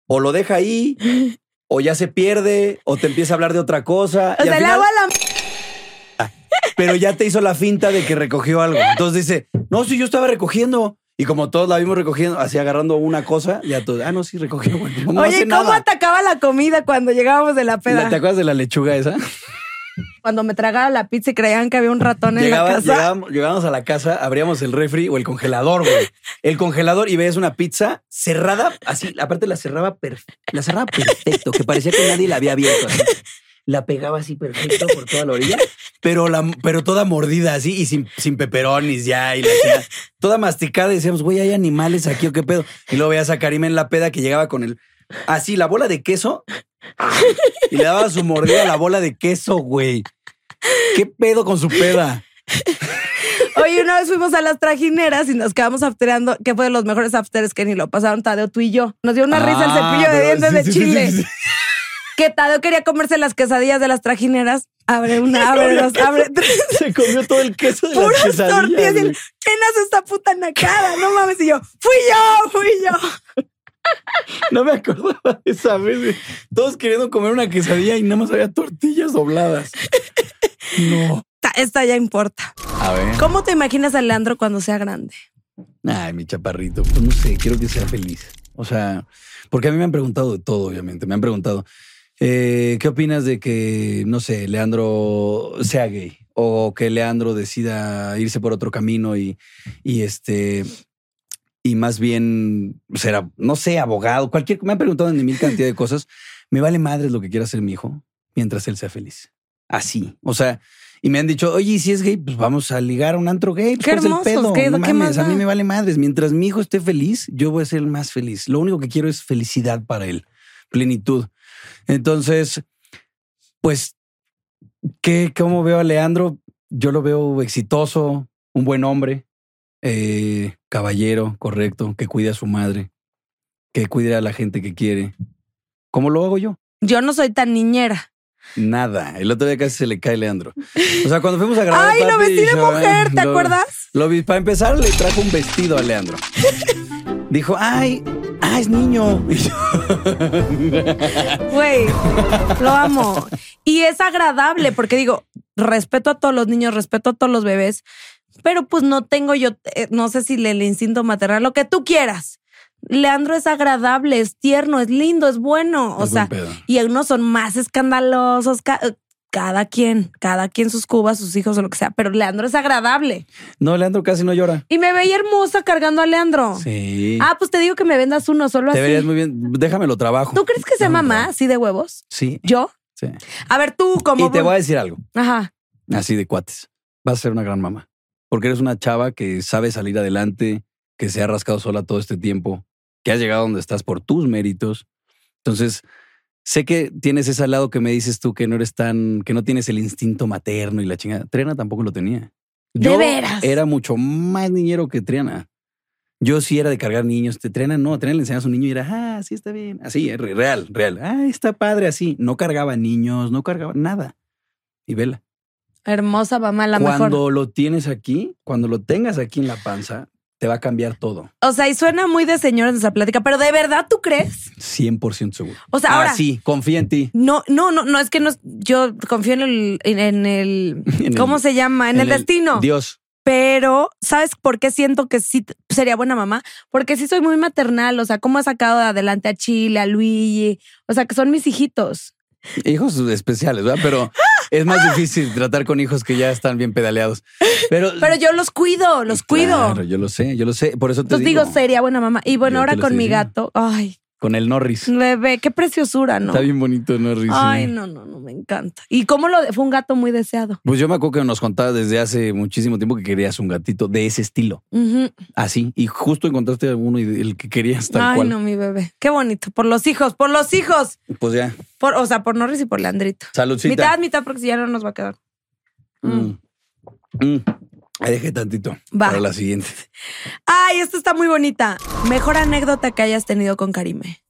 O lo deja ahí, o ya se pierde, o te empieza a hablar de otra cosa. O y sea, el al final- agua la... pero ya te hizo la finta de que recogió algo. Entonces dice, no, si yo estaba recogiendo. Y como todos la vimos recogiendo, así agarrando una cosa, ya todo, ah, no, sí, recogió. güey. No, no Oye, hace ¿cómo nada. atacaba la comida cuando llegábamos de la La- peda? ¿Te acuerdas de la lechuga esa? Cuando me tragaba la pizza y creían que había un ratón en Llegaba- la casa. Llegábamos, llegábamos a la casa, abríamos el refri o el congelador, güey. El congelador y veías una pizza cerrada, así, aparte la cerraba, perf- la cerraba perfecto, que parecía que nadie la había abierto. así. La pegaba así perfecto por toda la orilla, pero, la, pero toda mordida así y sin, sin peperonis ya. Y la chingada. toda masticada y decíamos, güey, hay animales aquí o qué pedo. Y luego veías a Karime en la peda que llegaba con el... Así, la bola de queso. Y le daba su mordida a la bola de queso, güey. ¿Qué pedo con su peda? Oye, una vez fuimos a las trajineras y nos quedamos aftereando, que fue de los mejores afters que ni lo pasaron Tadeo, tú y yo. Nos dio una risa el Ah, cepillo de pero dientes sí, de sí, sí, chile. sí, sí. Que Tadeo quería comerse las quesadillas de las trajineras. Abre [laughs] una, abre dos, abre tres. Se comió todo el queso de las Puras quesadillas. tortillas. Y él, güey. ¿Quién hace esta puta nacada? No mames. Y yo, fui yo, fui yo. No me acordaba de esa vez. güey. Todos queriendo comer una quesadilla y nada más había tortillas dobladas. No. Esta, esta ya importa. A ver. ¿Cómo te imaginas a Leandro cuando sea grande? Ay, mi chaparrito. Pues no sé, quiero que sea feliz. O sea, porque a mí me han preguntado de todo, obviamente. Me han preguntado, eh, ¿qué opinas de que, no sé, Leandro sea gay? O que Leandro decida irse por otro camino y, y este... Y más bien será, no sé, abogado, cualquier... Me han preguntado en mil cantidad de cosas. Me vale madres lo que quiera hacer mi hijo mientras él sea feliz. Así. O sea, y me han dicho, oye, ¿y si es gay, pues vamos a ligar a un antro gay. Pues, Qué ¿cuál es el hermosos, pedo? qué- No qué más mames, a mí da? me vale madres. Mientras mi hijo esté feliz, yo voy a ser el más feliz. Lo único que quiero es felicidad para él, plenitud. Entonces, pues, ¿qué, ¿cómo veo a Leandro? Yo lo veo exitoso, un buen hombre, eh, caballero, correcto, que cuide a su madre, que cuide a la gente que quiere. ¿Cómo lo hago yo? Yo no soy tan niñera. Nada. El otro día casi se le cae Leandro. O sea, cuando fuimos a grabar. Ay, lo Papi vestí y de yo, mujer, ¿te lo- acuerdas? Lo vi. Para empezar, le trajo un vestido a Leandro. Dijo, ay, [laughs] ah, es niño. Y yo, Güey, lo amo. Y es agradable porque digo, respeto a todos los niños, respeto a todos los bebés, pero pues no tengo yo, eh, no sé si el instinto maternal, lo que tú quieras. Leandro es agradable, es tierno, es lindo, es bueno. O Es sea, buen pedo. y algunos son más escandalosos. ca- eh, cada quien, cada quien sus cubas, sus hijos o lo que sea, pero Leandro es agradable. No, Leandro casi no llora. Y me veía hermosa cargando a Leandro. Sí. Ah, pues te digo que me vendas uno solo Te así. verías muy bien. Déjamelo trabajo. ¿Tú crees que sea Déjamelo mamá trabajo. así de huevos? Sí. ¿Yo? sí. A ver, tú como... Y te voy a decir algo, Ajá. así de cuates. Vas a ser una gran mamá. Porque eres una chava que sabe salir adelante, que se ha rascado sola todo este tiempo, que has llegado a donde estás por tus méritos. Entonces, sé que tienes ese lado que me dices tú que no eres tan, que no tienes el instinto materno y la chingada. Triana tampoco lo tenía. ¿De veras? Era mucho más niñero que Triana. Yo sí era de cargar niños. Te Triana no, Triana le enseñabas a un niño y era, ah, sí está bien. Así, eh, re- real, real. Ah, está padre así. No cargaba niños, no cargaba nada. Y vela Hermosa mamá, la cuando mejor. lo tienes aquí, cuando lo tengas aquí en la panza, te va a cambiar todo. O sea, y suena muy de señores esa plática, pero ¿de verdad tú crees? 100% seguro. O sea, Pues ahora... ah, sí, confía en ti. No, no, no, no, es que no, yo confío en el, en, en el, [laughs] En el- ¿cómo se llama? En, el, destino. Dios. Pero, ¿sabes por qué siento que sí t- sería buena mamá? Porque sí soy muy maternal, o sea, cómo ha sacado adelante a Chile, a Luigi, o sea, que son mis hijitos. Hijos especiales, ¿verdad? [laughs] Pero es más difícil tratar con hijos que ya están bien pedaleados. Pero, Pero yo los cuido, los cuido. Claro, yo lo sé, yo lo sé. Por eso te Entonces digo, digo, sería buena mamá. Y bueno, Yo ahora te lo con estoy mi diciendo. gato, ay, con el Norris. bebé, qué preciosura, ¿no? Está bien bonito Norris. Ay, sí. no, no, no, me encanta. Y cómo lo de- fue un gato muy deseado. Pues yo me acuerdo que nos contaba desde hace muchísimo tiempo que querías un gatito de ese estilo, Ujú. así. Y justo encontraste uno y el que querías tal Ay, cual. no, mi bebé. Qué bonito. Por los hijos, por los hijos. Pues ya, Por, o sea, por Norris y por Leandrito. saludcita. Mitad, mitad, porque si ya no nos va a quedar. Mm. Mm. Mm. Ahí dejé tantito Va. para la siguiente. Ay, esta está muy bonita. Mejor anécdota que hayas tenido con Karime.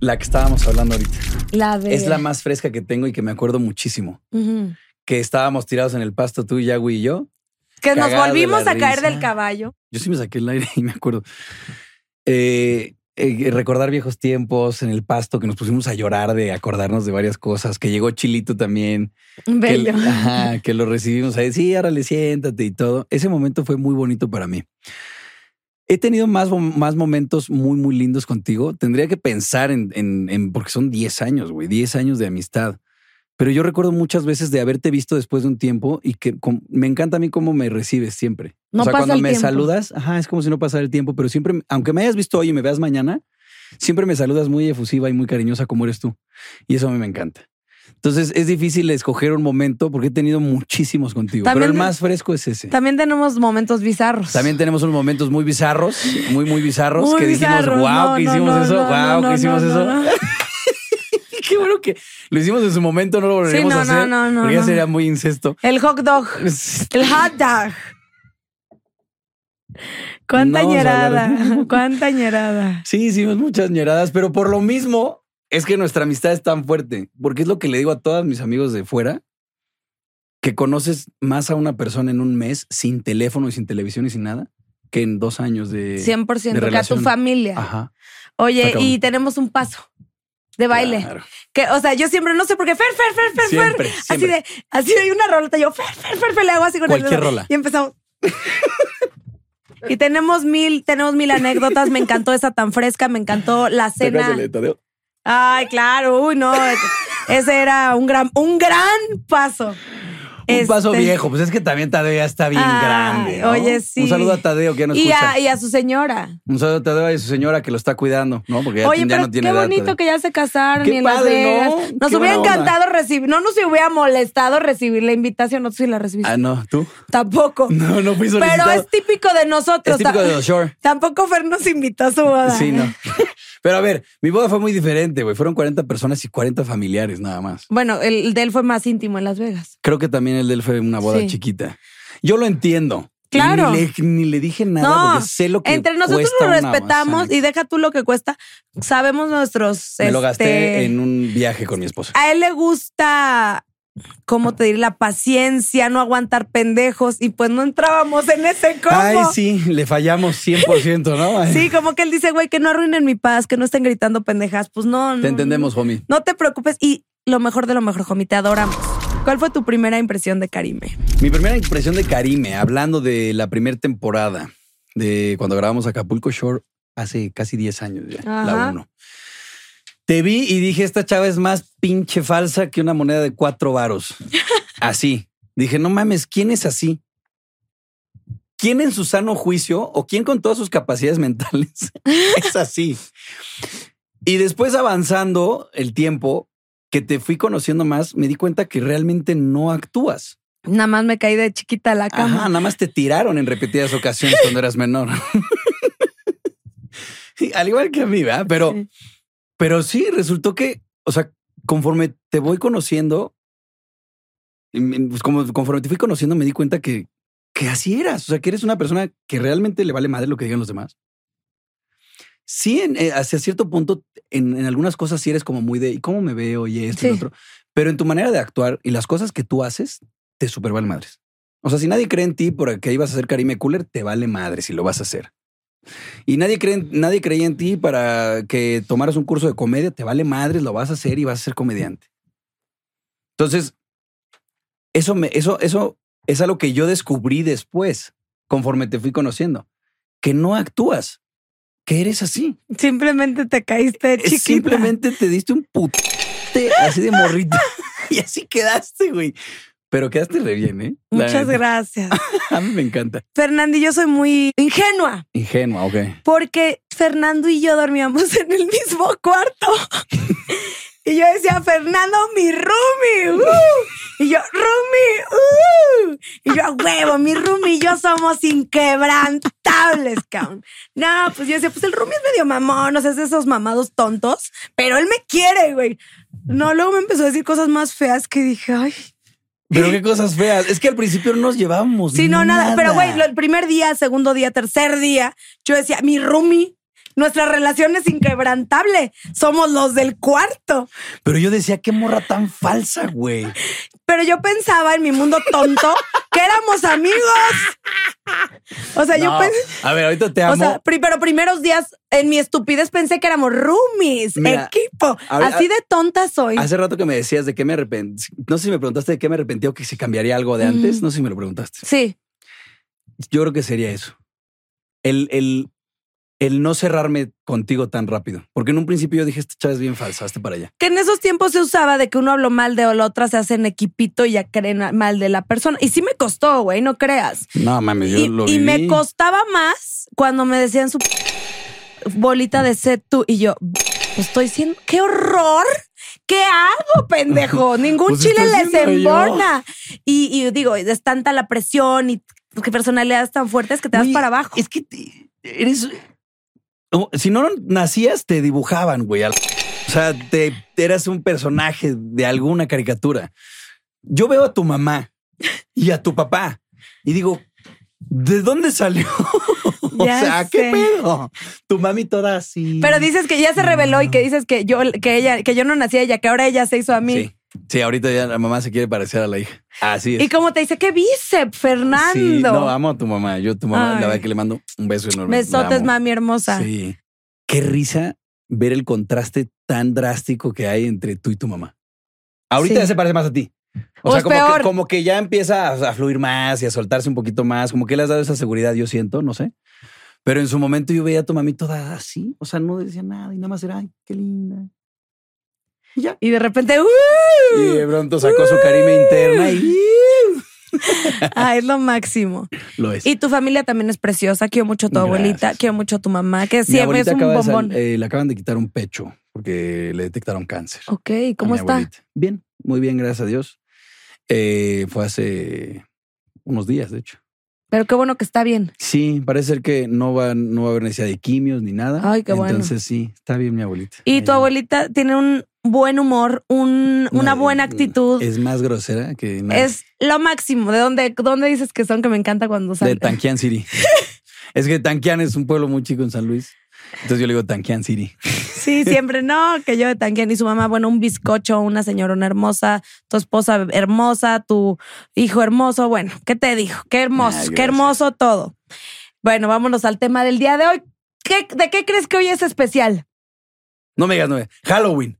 La que estábamos hablando ahorita. La de. Es la más fresca que tengo y que me acuerdo muchísimo. Ujú. Que estábamos tirados en el pasto tú, Yagui y yo. Que nos Cagado de volvimos la a caer risa. del caballo. Yo sí me saqué el aire [laughs] y me acuerdo. Eh, eh, recordar viejos tiempos en el pasto que nos pusimos a llorar de acordarnos de varias cosas, que llegó Chilito también, que, [laughs] Bello. ajá, que lo recibimos ahí, sí, le siéntate y todo. Ese momento fue muy bonito para mí. He tenido más, mom- más momentos muy, muy lindos contigo. Tendría que pensar en, en- en- porque son 10 años, güey, 10 años de amistad. Pero yo recuerdo muchas veces de haberte visto después de un tiempo y que com- me encanta a mí cómo me recibes siempre. No o sea, pasa cuando el me tiempo. saludas, ajá, es como si no pasara el tiempo, pero siempre, aunque me hayas visto hoy y me veas mañana, siempre me saludas muy efusiva y muy cariñosa como eres tú. Y eso a mí me encanta. Entonces es difícil escoger un momento porque he tenido muchísimos contigo, También pero el me- más fresco es ese. También tenemos momentos bizarros. También tenemos unos momentos muy bizarros, muy, muy bizarros, Muy que bizarros. dijimos, wow, No, que no, hicimos no, eso, no, wow, no, no, que hicimos no, eso. no, no. Y [laughs] Qué bueno que lo hicimos en su momento, no lo volveremos no, a hacer, no, no, no, porque ya no. sería muy incesto. El hot dog. El hot dog. Cuánta No vamos a ñerada. hablar. [laughs] Cuánta ñerada. Sí, hicimos muchas ñeradas, pero por lo mismo es que nuestra amistad es tan fuerte, porque es lo que le digo a todos mis amigos de fuera, que conoces más a una persona en un mes sin teléfono y sin televisión y sin nada, que en dos años de... 100% que a tu relación. familia. Ajá. Oye, Está cabrón. y tenemos un paso de baile. Claro. Que, o sea, yo siempre, no sé por qué, Fer, Fer, Fer, Fer, Siempre, Fer. siempre. Así de, así hay una rolota. Yo, Fer, Fer, Fer, Fer, le hago así con el Cualquier dedo. rola. Y empezamos. [laughs] y tenemos mil, tenemos mil anécdotas. Me encantó esa tan fresca, me encantó la ¿Te acuerdas cena. de la de Tadeo? Ay, claro, uy, [laughs] no. Ese era un gran, un gran paso. Un paso Este, viejo, pues es que también Tadeo ya está bien Ay, grande. ¿no? oye, sí. Un saludo a Tadeo que ya no Y escucha. a, y a su señora. Un saludo a Tadeo y a su señora que lo está cuidando, ¿no? Porque ya, Oye, tiene- ya pero no tiene qué edad, bonito Tadeo. que ya se casaron Qué y en padre, Las ¿no? Vegas. Nos Qué hubiera buena onda. encantado recibir, no nos hubiera molestado recibir la invitación, no sé si la recibiste. Ah, no, tú. Tampoco. No, no fui solicitado. pero es típico de nosotros. Es típico de los Shore. Tampoco Fer nos invitó a su boda. [laughs] Sí, no. Pero a ver, mi boda fue muy diferente, güey. Fueron 40 personas y 40 familiares nada más. Bueno, el, el de él fue más íntimo en Las Vegas. Creo que también el de él fue una boda Sí. chiquita. Yo lo entiendo. Claro. Y Ni le, ni le dije nada No, porque sé lo que entre nosotros cuesta nos una- respetamos y deja tú lo que cuesta. Sabemos nuestros. Me lo este, gasté en un viaje con mi esposa. A él le gusta, ¿cómo te diré? La paciencia, no aguantar pendejos. Y pues no entrábamos en ese combo. Ay, sí, le fallamos 100%, ¿no? [laughs] Sí, como que él dice, güey, que no arruinen mi paz, que no estén gritando pendejas. Pues no, no. Te entendemos, homie. No te preocupes. Y lo mejor de lo mejor, Jomi. Te adoramos. ¿Cuál fue tu primera impresión de Karime? Mi primera impresión de Karime, hablando de la primera temporada de cuando grabamos Acapulco Shore hace casi 10 años ya, Ajá. la 1. Te vi y dije, esta chava es más pinche falsa que una moneda de cuatro varos. Así. Dije, no mames, ¿quién es así? ¿Quién en su sano juicio o quién con todas sus capacidades mentales [laughs] es así? Y después avanzando el tiempo que te fui conociendo más, me di cuenta que realmente no actúas. Nada más me caí de chiquita a la Ajá, cama. nada más te tiraron en repetidas ocasiones cuando eras menor. Y Al igual que a mí, ¿verdad? Pero, Sí. pero sí, resultó que, o sea, conforme te voy conociendo, y me- pues como, conforme te fui conociendo, me di cuenta que, que así eras. O sea, que eres una persona que realmente le vale madre lo que digan los demás. Sí, en- eh, hacia cierto punto, en, en algunas cosas sí eres como muy de, ¿y cómo me veo? Y esto Sí. y lo otro. Pero en tu manera de actuar y las cosas que tú haces, te super vale madres. O sea, si nadie cree en ti por que ibas a ser Karime Cooler, te vale madre si lo vas a hacer. Y nadie cree, nadie creía en ti para que tomaras un curso de comedia, te vale madre, lo vas a hacer y vas a ser comediante. Entonces, eso me, eso, eso es algo que yo descubrí después, conforme te fui conociendo, que no actúas, que eres así. Simplemente te caíste de chiquita. Simplemente te diste un pute así [laughs] de morrito y así quedaste, güey. Pero quedaste re bien, ¿eh? La Muchas neta. gracias. A mí me encanta. Fernando y yo soy muy ingenua Ingenua, ok. porque Fernando y yo dormíamos en el mismo cuarto. [laughs] y yo decía, Fernando, mi roomie. uh". Y yo, roomie. uh". Y yo, "A huevo, mi roomie y yo somos inquebrantables, cabrón. No, pues yo decía, pues el roomie es medio mamón, no sé, es de esos mamados tontos, pero él me quiere, güey. No, luego me empezó a decir cosas más feas que dije, ay, Pero qué cosas feas. Es que al principio no nos llevábamos. Sí, no, nada. Pero, güey, lo- el primer día, segundo día, tercer día, yo decía, mi roomie, nuestra relación es inquebrantable. Somos los del cuarto. Pero yo decía, qué morra tan falsa, güey. Pero yo pensaba en mi mundo tonto que éramos amigos. O sea, yo No. pensé. A ver, ahorita te amo. O sea, pri- pero primeros días en mi estupidez pensé que éramos roomies, Mira, equipo. a ver, Así a- de tonta soy. Hace rato que me decías de qué me arrepentí. No sé si me preguntaste de qué me arrepentí o que si cambiaría algo de antes. Mm. No sé si me lo preguntaste. Sí, Yo creo que sería eso. El, el, el no cerrarme contigo tan rápido. Porque en un principio yo dije, esta chava es bien falsa, hazte para allá. que en esos tiempos se usaba de que uno habló mal de la otra, se hacen equipito y ya creen mal de la persona. Y sí me costó, güey, no creas. No mames, yo y, lo y viví. me costaba más cuando me decían su p- bolita de set tú y yo pues estoy siendo qué horror qué hago [laughs] pendejo ningún Pues chile estoy les siendo yo. emborna y, y digo es tanta la presión y porque personalidades tan fuertes que te vas Güey, para abajo Es que te- eres. como- Si no nacías, te dibujaban, güey. al- O sea, te, eras un personaje de alguna caricatura. Yo veo a tu mamá y a tu papá y digo, ¿de dónde salió? [laughs] o Ya sea, sé. ¿qué pedo? Tu mami toda así. pero dices que ya se reveló y que dices que yo que ella que yo no nací ella que ahora ella se hizo a mí Sí. Sí, ahorita ya la mamá se quiere parecer a la hija. Así es. y como te dice qué bíceps Fernando Sí, no, amo a tu mamá. Yo a tu mamá, Ay. la verdad que le mando un beso enorme. La besotes amo. mami hermosa Sí. Qué risa ver el contraste tan drástico que hay entre tú y tu mamá. Ahorita Sí. ya se parece más a ti. O Pues sea, como peor. que, como que ya empieza a, a fluir más y a soltarse un poquito más, como que le has dado esa seguridad, yo siento, no sé. Pero en su momento yo veía a tu mami toda así, o sea, no decía nada y nada más era, ay, qué linda. Y ya. y de repente ¡uh! Y de pronto sacó su carime interna y Ah, es lo máximo. lo es. Y tu familia también es preciosa. Quiero mucho a tu Gracias. abuelita, quiero mucho a tu mamá, que Mi siempre es abuelita pues un acaba de sal- bombón. eh, le acaban de quitar un pecho porque le detectaron cáncer. ok, a ¿cómo mi está? abuelita. Bien, muy bien, gracias a Dios. Eh, fue hace unos días, de hecho. Pero qué bueno que está bien. Sí, parece ser que no va, no va a haber necesidad de quimios ni nada. Ay, qué bueno. Entonces sí, está bien mi abuelita. Y tu Ahí. abuelita tiene un buen humor, un, una No, buena eh, actitud. Es, Es más grosera que nada. lo máximo. ¿De dónde, dónde dices que son? Que me encanta cuando de salen. [laughs] Tanquian City. es que Tanquian es un pueblo muy chico en San Luis. Entonces yo le digo Tanquian City. [laughs] Sí, siempre no, que yo de Tanquian y su mamá, bueno, un bizcocho, una señorona hermosa, tu esposa hermosa, tu hijo hermoso. Bueno, ¿qué te dijo? Qué hermoso, Ay, qué Ah, gracias. hermoso todo. Bueno, vámonos al tema del día de hoy. ¿Qué- ¿De qué crees que hoy es especial? No me digas, no me Halloween.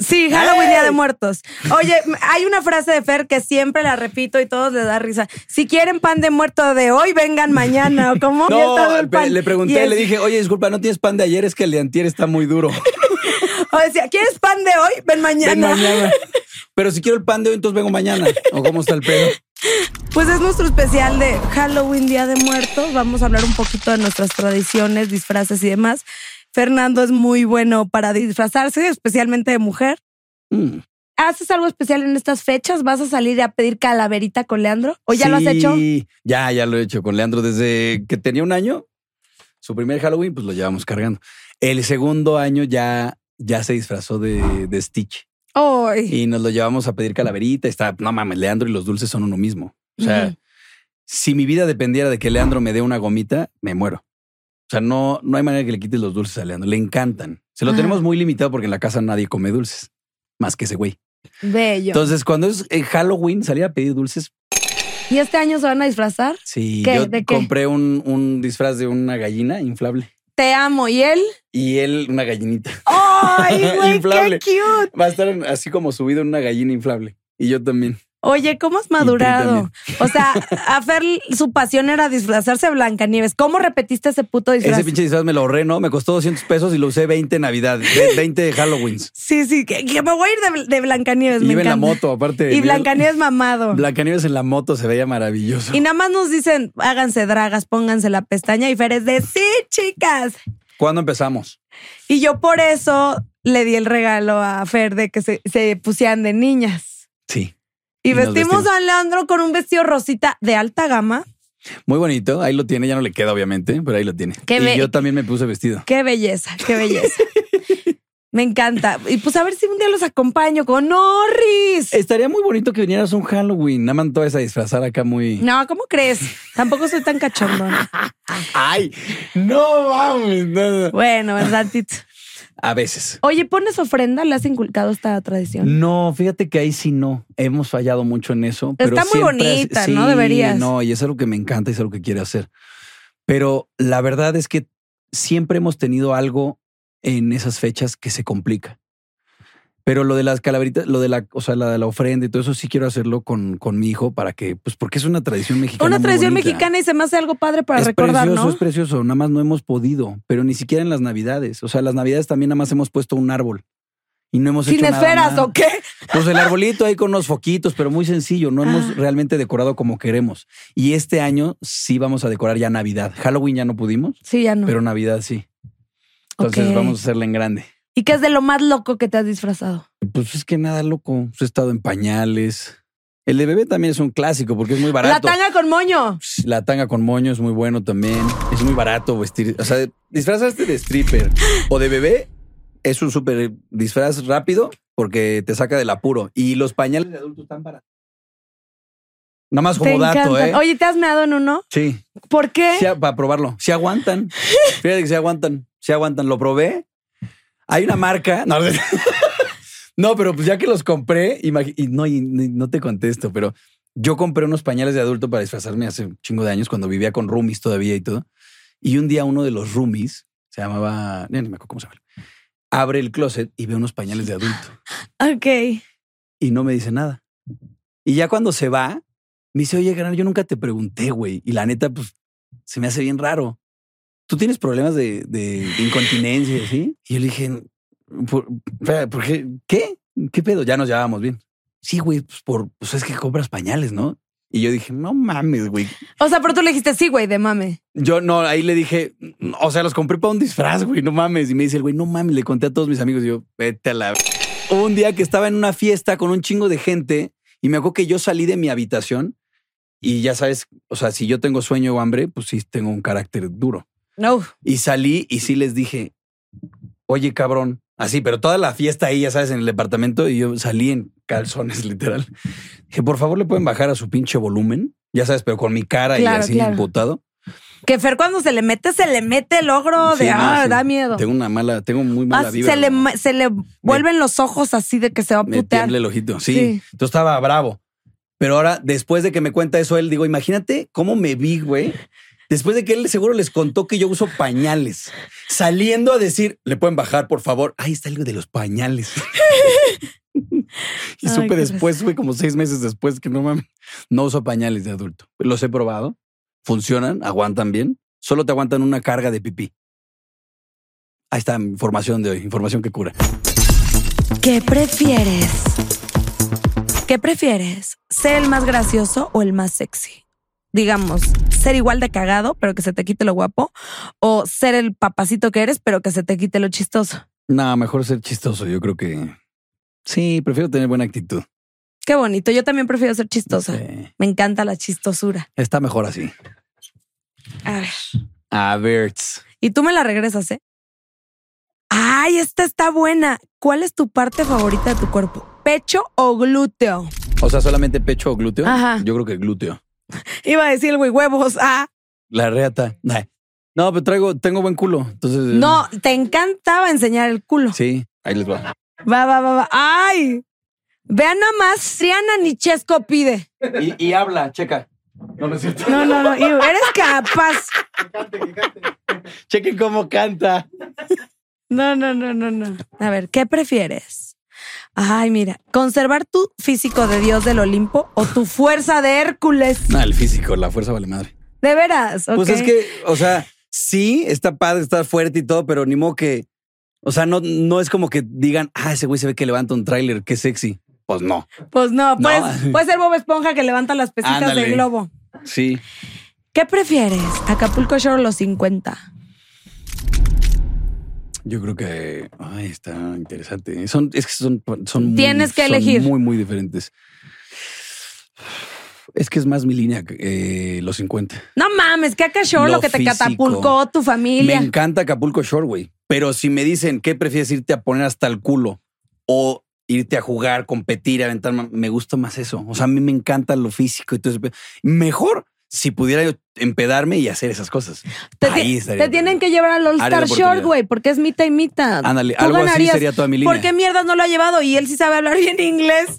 Sí, Halloween, Día de Muertos. Oye, m- hay una frase de Fer que siempre la repito y todos les da risa. Si quieren pan de muerto de hoy, vengan mañana. ¿O [laughs] cómo? Ya está todo el No, pe- pan. le Y pregunté, es- le dije, oye, disculpa, no tienes pan de ayer, es que el de antier está muy duro. O decía, ¿quieres pan de hoy? Ven mañana. Ven mañana. Pero si quiero el pan de hoy, entonces vengo mañana. ¿O cómo está el pedo? Pues es nuestro especial de Halloween, Día de Muertos. Vamos a hablar un poquito de nuestras tradiciones, disfraces y demás. Fernando es muy bueno para disfrazarse, especialmente de mujer. Mm. ¿Haces algo especial en estas fechas? ¿Vas a salir a pedir calaverita con Leandro? ¿O ya lo has Sí, hecho? Ya, ya lo he hecho con Leandro desde que tenía un año. Su primer Halloween, pues lo llevamos cargando. El segundo año ya, ya se disfrazó de, de Stitch Ay, y nos lo llevamos a pedir calaverita. Está, no mames, Leandro y los dulces son uno mismo. O sea, Ujú. si mi vida dependiera de que Leandro me dé una gomita, me muero. O sea, no, no hay manera que le quites los dulces a Leandro. Le encantan. Se lo Ajá. tenemos muy limitado porque en la casa nadie come dulces más que ese güey. [laughs] bello. Entonces, cuando es eh, Halloween, salir a pedir dulces, ¿Y este año se van a disfrazar? Sí, ¿Qué? yo ¿De qué? compré un, un disfraz de una gallina inflable Te amo. ¿Y él? y él una gallinita. [laughs] ¡Ay, güey, qué Inflable. cute! Va a estar en- así como subido en una gallina inflable y yo también. Oye, ¿cómo has tú madurado? O sea, a Fer su pasión era disfrazarse de Blancanieves. ¿Cómo repetiste ese puto disfraz? Ese pinche disfraz me lo ahorré, ¿no? Me costó 200 pesos y lo usé 20 en [laughs] Navidad, ve- 20 de Halloweens. Sí, sí, que, que me voy a ir de, de Blancanieves. Y Pues me iba en la encanta. moto, aparte. Y Iba- [laughs] Blancanieves mamado. Blancanieves en la moto se veía maravilloso. y nada más nos dicen, háganse dragas, pónganse la pestaña. Y Fer es de, sí, chicas. ¿Cuándo empezamos? Y yo por eso le di el regalo a Fer de que se, se pusieran de niñas. Sí. Y, Y nos vestimos, vestimos. a Leandro con un vestido rosita de alta gama. Muy bonito. Ahí lo tiene. Ya no le queda, obviamente, pero ahí lo tiene. Qué y be- yo también me puse vestido. Qué belleza, qué [laughs] belleza. Me encanta. Y pues a ver si un día los acompaño con Norris. Estaría muy bonito que vinieras un Halloween. Nada más todas a disfrazar acá muy. No, ¿cómo crees? Tampoco soy tan [laughs] cachondona. Ay, no mames. no, no. Bueno, ¿verdad, Tito? A veces. Oye, ¿pones ofrenda? ¿Le has inculcado esta tradición? No, fíjate que ahí sí no. Hemos fallado mucho en eso. Pero Está muy siempre has- bonita, sí, ¿no? Deberías. No, y es algo que me encanta y es algo que quiero hacer. Pero la verdad es que siempre hemos tenido algo en esas fechas que se complica. Pero lo de las calaveritas, lo de la, o sea, la de la ofrenda y todo eso sí quiero hacerlo con, con mi hijo para que, pues, porque es una tradición mexicana. Una muy tradición bonita. mexicana y se me hace algo padre para es recordar, precioso, ¿no? es precioso. Nada más no hemos podido, pero ni siquiera en las navidades. O sea, las navidades también nada más hemos puesto un árbol y no hemos Sin hecho nada esferas, más. ¿o qué? Pues el arbolito ahí con unos foquitos, pero muy sencillo. No Ah. hemos realmente decorado como queremos. Y este año sí vamos a decorar ya Navidad. Halloween ya no pudimos, Sí, ya no. pero Navidad sí. Entonces Ok. vamos a hacerla en grande. ¿Y qué es de lo más loco que te has disfrazado? Pues es que nada loco. Pues He estado en pañales. El de bebé también es un clásico porque es muy barato. La tanga con moño. Pues, La tanga con moño es muy bueno también. Es muy barato vestir. O sea, disfrazaste de stripper o de bebé. Es un súper disfraz rápido porque te saca del apuro. Y los pañales de adultos están baratos. Nada más Te como dato, encantan. ¿eh? Oye, ¿te has meado en uno? Sí. ¿Por qué? Sí, a- para probarlo. Si aguantan. Fíjate que se aguantan. Se aguantan. Lo probé. Hay una marca. No, [laughs] no, pero pues ya que los compré, imagi- y no, y ni- no te contesto, pero yo compré unos pañales de adulto para disfrazarme hace un chingo de años cuando vivía con roomies todavía y todo. Y un día uno de los roomies se llamaba, ya ni me acuerdo cómo se llama, abre el closet y ve unos pañales de adulto Ok. y no me dice nada. Y ya cuando se va, me dice, oye, gran, yo nunca te pregunté, güey. Y la neta, pues, se me hace bien raro. ¿Tú tienes problemas de, de incontinencia y así? Y yo le dije, ¿por, espera, ¿por qué? ¿Qué? ¿Qué pedo? Ya nos llevábamos bien. Sí, güey, pues, por, pues es que compras pañales, ¿no? Y yo dije, no mames, güey. O sea, pero tú le dijiste sí, güey, de mame. Yo no, ahí le dije, o sea, los compré para un disfraz, güey, no mames. Y me dice el güey, no mames, le conté a todos mis amigos. Y yo, vete a la. v-". Hubo un día que estaba en una fiesta con un chingo de gente y me acuerdo que yo salí de mi habitación y ya sabes, o sea, si yo tengo sueño o hambre, pues sí tengo un carácter duro. No. Y salí y sí les dije, oye, cabrón, así, pero toda la fiesta ahí, ya sabes, en el departamento, y yo salí en calzones, [laughs] literal. Dije, por favor, le pueden bajar a su pinche volumen, ya sabes, pero con mi cara Claro, y así claro. imputado. Que Fer cuando se le mete, se le mete el ogro Sí, de, no, ah, sí. da miedo. Tengo una mala, tengo muy Ah, mala vibra. se, le, ¿no? ma- se le vuelven los ojos así de que se va a me putear. tiembla el ojito. Sí. Sí. Entonces estaba bravo. Pero ahora, después de que me cuenta eso, él digo, imagínate cómo me vi, güey, Después de que él seguro les contó que yo uso pañales, saliendo a decir, le pueden bajar, por favor. Ahí está algo de [laughs] los pañales. y Ay, supe qué después, fue como seis meses después que no mames, no uso pañales de adulto. Los he probado, funcionan, aguantan bien, solo te aguantan una carga de pipí. Ahí está información de hoy, información que cura. ¿Qué prefieres? ¿Qué prefieres? ¿Ser el más gracioso o el más sexy? Digamos, ser igual de cagado, pero que se te quite lo guapo, o ser el papacito que eres, pero que se te quite lo chistoso. No, mejor ser chistoso, yo creo que sí, prefiero tener buena actitud. Qué bonito. Yo también prefiero ser chistosa. Sí, Me encanta la chistosura. está mejor así. A ver. A ver. Y tú me la regresas, ¿eh? Ay, esta está buena. ¿Cuál es tu parte favorita de tu cuerpo? ¿Pecho o glúteo? O sea, solamente pecho o glúteo. Ajá. Yo creo que glúteo. Iba a decir, güey, huevos. Ah, La reata. Nah. No, pero traigo, tengo buen culo. Entonces. eh, no, te encantaba enseñar el culo. Sí, ahí les va. Va, va, va, va. ¡Ay! Vean nada más, Triana Nichesco pide. Y, y habla, checa. No, no es cierto. No, no, no. Iu, Eres capaz. [laughs] Chequen cómo canta. No, no, no, no, no. A ver, ¿qué prefieres? Ay, mira, conservar tu físico de Dios del Olimpo o tu fuerza de Hércules. No, el físico, la fuerza vale madre. De veras. ok. Pues es que, o sea, sí, está padre, está fuerte y todo, pero ni modo que. O sea, no, no es como que digan, ah, ese güey se ve que levanta un tráiler, qué sexy. Pues no. Pues no, No. pues puede ser Bob Esponja que levanta las pesitas Ándale. del globo. Sí. ¿Qué prefieres? Acapulco Shore o los 50. Yo creo que ay, está interesante. Son, es que son, son muy- Tienes que son elegir. muy, muy diferentes. Es que es más mi línea que eh, los 50. No mames, que acá Shore Lo lo, que te físico. catapulcó tu Me familia. encanta Acapulco Shore, güey. Pero si me dicen qué prefieres irte a poner hasta el culo o irte a jugar, competir, aventar, ma- me gusta más eso. O sea, a mí me encanta lo físico y todo eso. Mejor si pudiera yo empedarme y hacer esas cosas. Te, Ahí ti- estaría te tienen que llevar al All Área de Star Shore, oportunidad. güey, porque es mitad y mitad. Ándale, Tú algo así ganarías. sería toda mi línea. ¿Por qué mierda no lo ha llevado? Y él sí sabe hablar [laughs] bien inglés.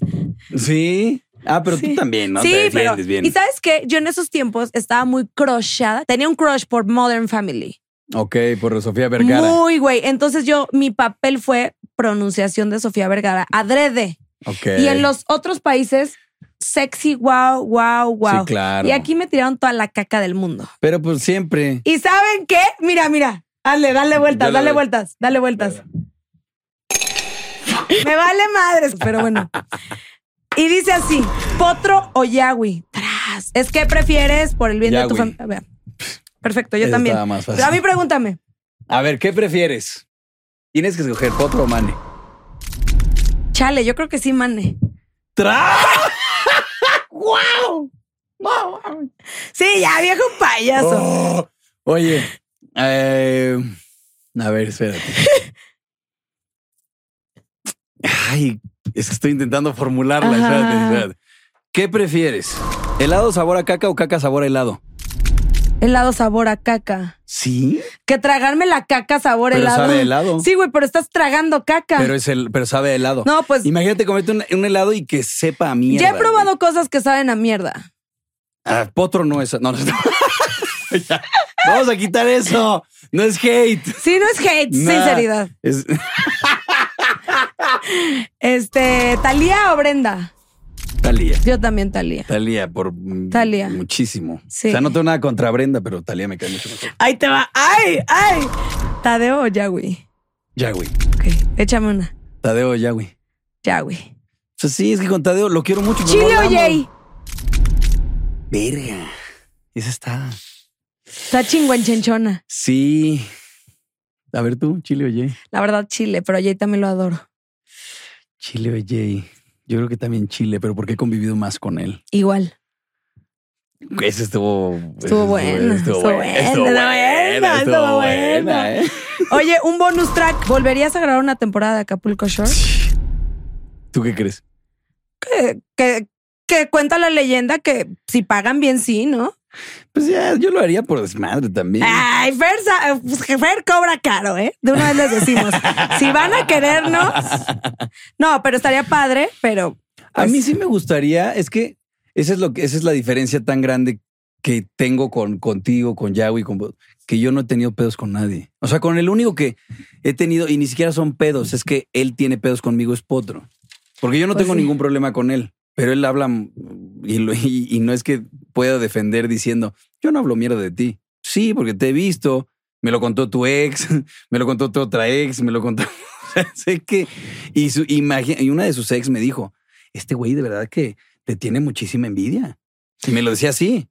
Sí. Ah, pero tú también, ¿no? sí, Te defiendes pero. bien. Y sabes qué? Yo en esos tiempos estaba muy crushada. Tenía un crush por Modern Family. Ok, por Sofía Vergara. Muy güey. Entonces yo, mi papel fue pronunciación de Sofía Vergara, adrede. Ok. Y en los otros países, sexy, wow, wow, wow. Sí, claro. Y aquí me tiraron toda la caca del mundo. Pero pues siempre. ¿Y saben qué? Mira, mira. Dale, dale vueltas, Yo la dale doy. vueltas, dale vueltas. Me vale madres, pero bueno. Y dice así, potro o yawi. Tras. Es que prefieres por el bien de tu Yagüi. familia. Vea. Perfecto, yo Eso también. estaba más fácil. Pero a mí pregúntame. A ver, ¿qué prefieres? Tienes que escoger potro o mane. Chale, yo creo que sí, mane. ¡Tra! Sí, ya, viejo payaso. Oh. Oye, eh, a ver, espérate. [laughs] Ay, es que estoy intentando formularla. Espérate, Ajá. espérate. ¿Qué prefieres? ¿Helado sabor a caca o caca sabor a helado? Helado sabor a caca. Sí, Que tragarme la caca sabor Pero helado. sabe a helado. Sí, güey, pero estás tragando caca. pero es el, pero sabe a helado. No, pues- imagínate comerte un, un helado y que sepa a mierda. ya he probado cosas que saben a mierda. Ah, potro no es. No, no, no. [laughs] Ya. Vamos a quitar eso. No es hate. Sí, no es hate, Nah. sinceridad. Es- [laughs] Este, Talía o Brenda. Talía. Yo también Talía. Talía, por mm, Talía. muchísimo. Sí. O sea, no tengo nada contra Brenda, pero Talía me cae mucho mejor. Ahí te va. Ay, ay. Tadeo o Yahweh. Yahweh. Ok, échame una. Tadeo Yahweh. Yahweh. O sea, sí, es que con Tadeo lo quiero mucho. pero Chile no o lo amo. Jay. Verga. Esa está. Está chinguanchenchona. Sí. A ver tú, Chile o Jay. La verdad, Chile, pero a Jay también lo adoro. Chile o Jay. Yo creo que también Chile, pero porque he convivido más con él. Igual. Ese estuvo. Estuvo buena, estuvo buena, estuvo buena, estuvo buena. ¿eh? Oye, un bonus track. ¿Volverías a grabar una temporada de Acapulco Shore? ¿Tú qué crees? Que, que, que cuenta la leyenda que si pagan bien, sí, ¿no? Pues ya, yo lo haría por desmadre también. Ay, Fer, sa- eh, pues, Fer cobra caro, ¿eh? De una vez les decimos. si van a querernos. No, pero estaría padre, pero. A pues, mí sí me gustaría, es que esa es lo que, esa es la diferencia tan grande que tengo con, contigo, con Yahweh, con, vos, que yo no he tenido pedos con nadie. O sea, con el único que he tenido, y ni siquiera son pedos, es que él tiene pedos conmigo, es potro. Porque yo no Pues tengo sí. ningún problema con él, pero él habla mm, y, lo- y- y no es que pueda defender diciendo, yo no hablo mierda de ti. Sí, porque te he visto, me lo contó tu ex, [laughs] me lo contó tu otra ex, me lo contó... [laughs] sé que... Y, su, imagi- y una de sus ex me dijo, este güey de verdad que te tiene muchísima envidia. Y me lo decía así.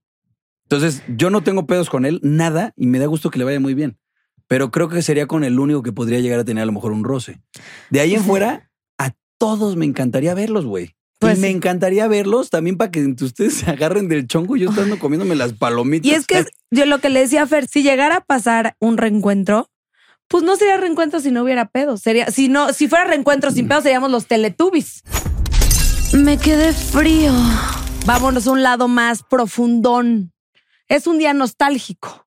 Entonces, yo no tengo pedos con él, nada, y me da gusto que le vaya muy bien. Pero creo que sería con el único que podría llegar a tener a lo mejor un roce. De ahí en fuera, a todos me encantaría verlos, güey. Pues y me sí. encantaría verlos también para que entre ustedes se agarren del chongo y yo estando comiéndome las palomitas. Y es que yo lo que le decía a Fer, si llegara a pasar un reencuentro, pues no sería reencuentro si no hubiera pedos. Sería, si no, si fuera reencuentro sin pedos, seríamos los teletubbies. Me quedé frío. Vámonos a un lado más profundón. Es un día nostálgico,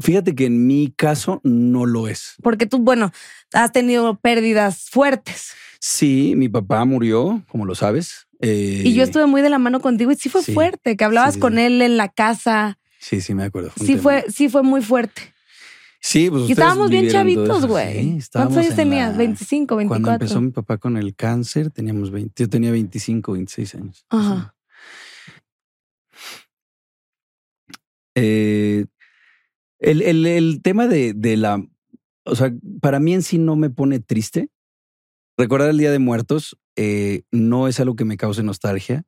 Fíjate que en mi caso no lo es. porque tú, bueno, has tenido pérdidas fuertes. Sí, mi papá murió, como lo sabes. eh, Y yo estuve muy de la mano contigo y sí fue Sí. fuerte, que hablabas Sí, sí, con sí. él en la casa. Sí, sí, me acuerdo. un Sí tema. fue, sí fue muy fuerte. Sí, pues Y ustedes estábamos bien vivieron todo chavitos, eso. Sí, güey. estábamos ¿Cuántos años en tenías? la- 25, Cuando 24. empezó mi papá con el cáncer, teníamos 20, yo tenía 25, 26 años. Ajá. Sí. Eh, el, el- el tema de, de la... O sea, para mí en sí no me pone triste. Recordar el Día de Muertos eh, no es algo que me cause nostalgia.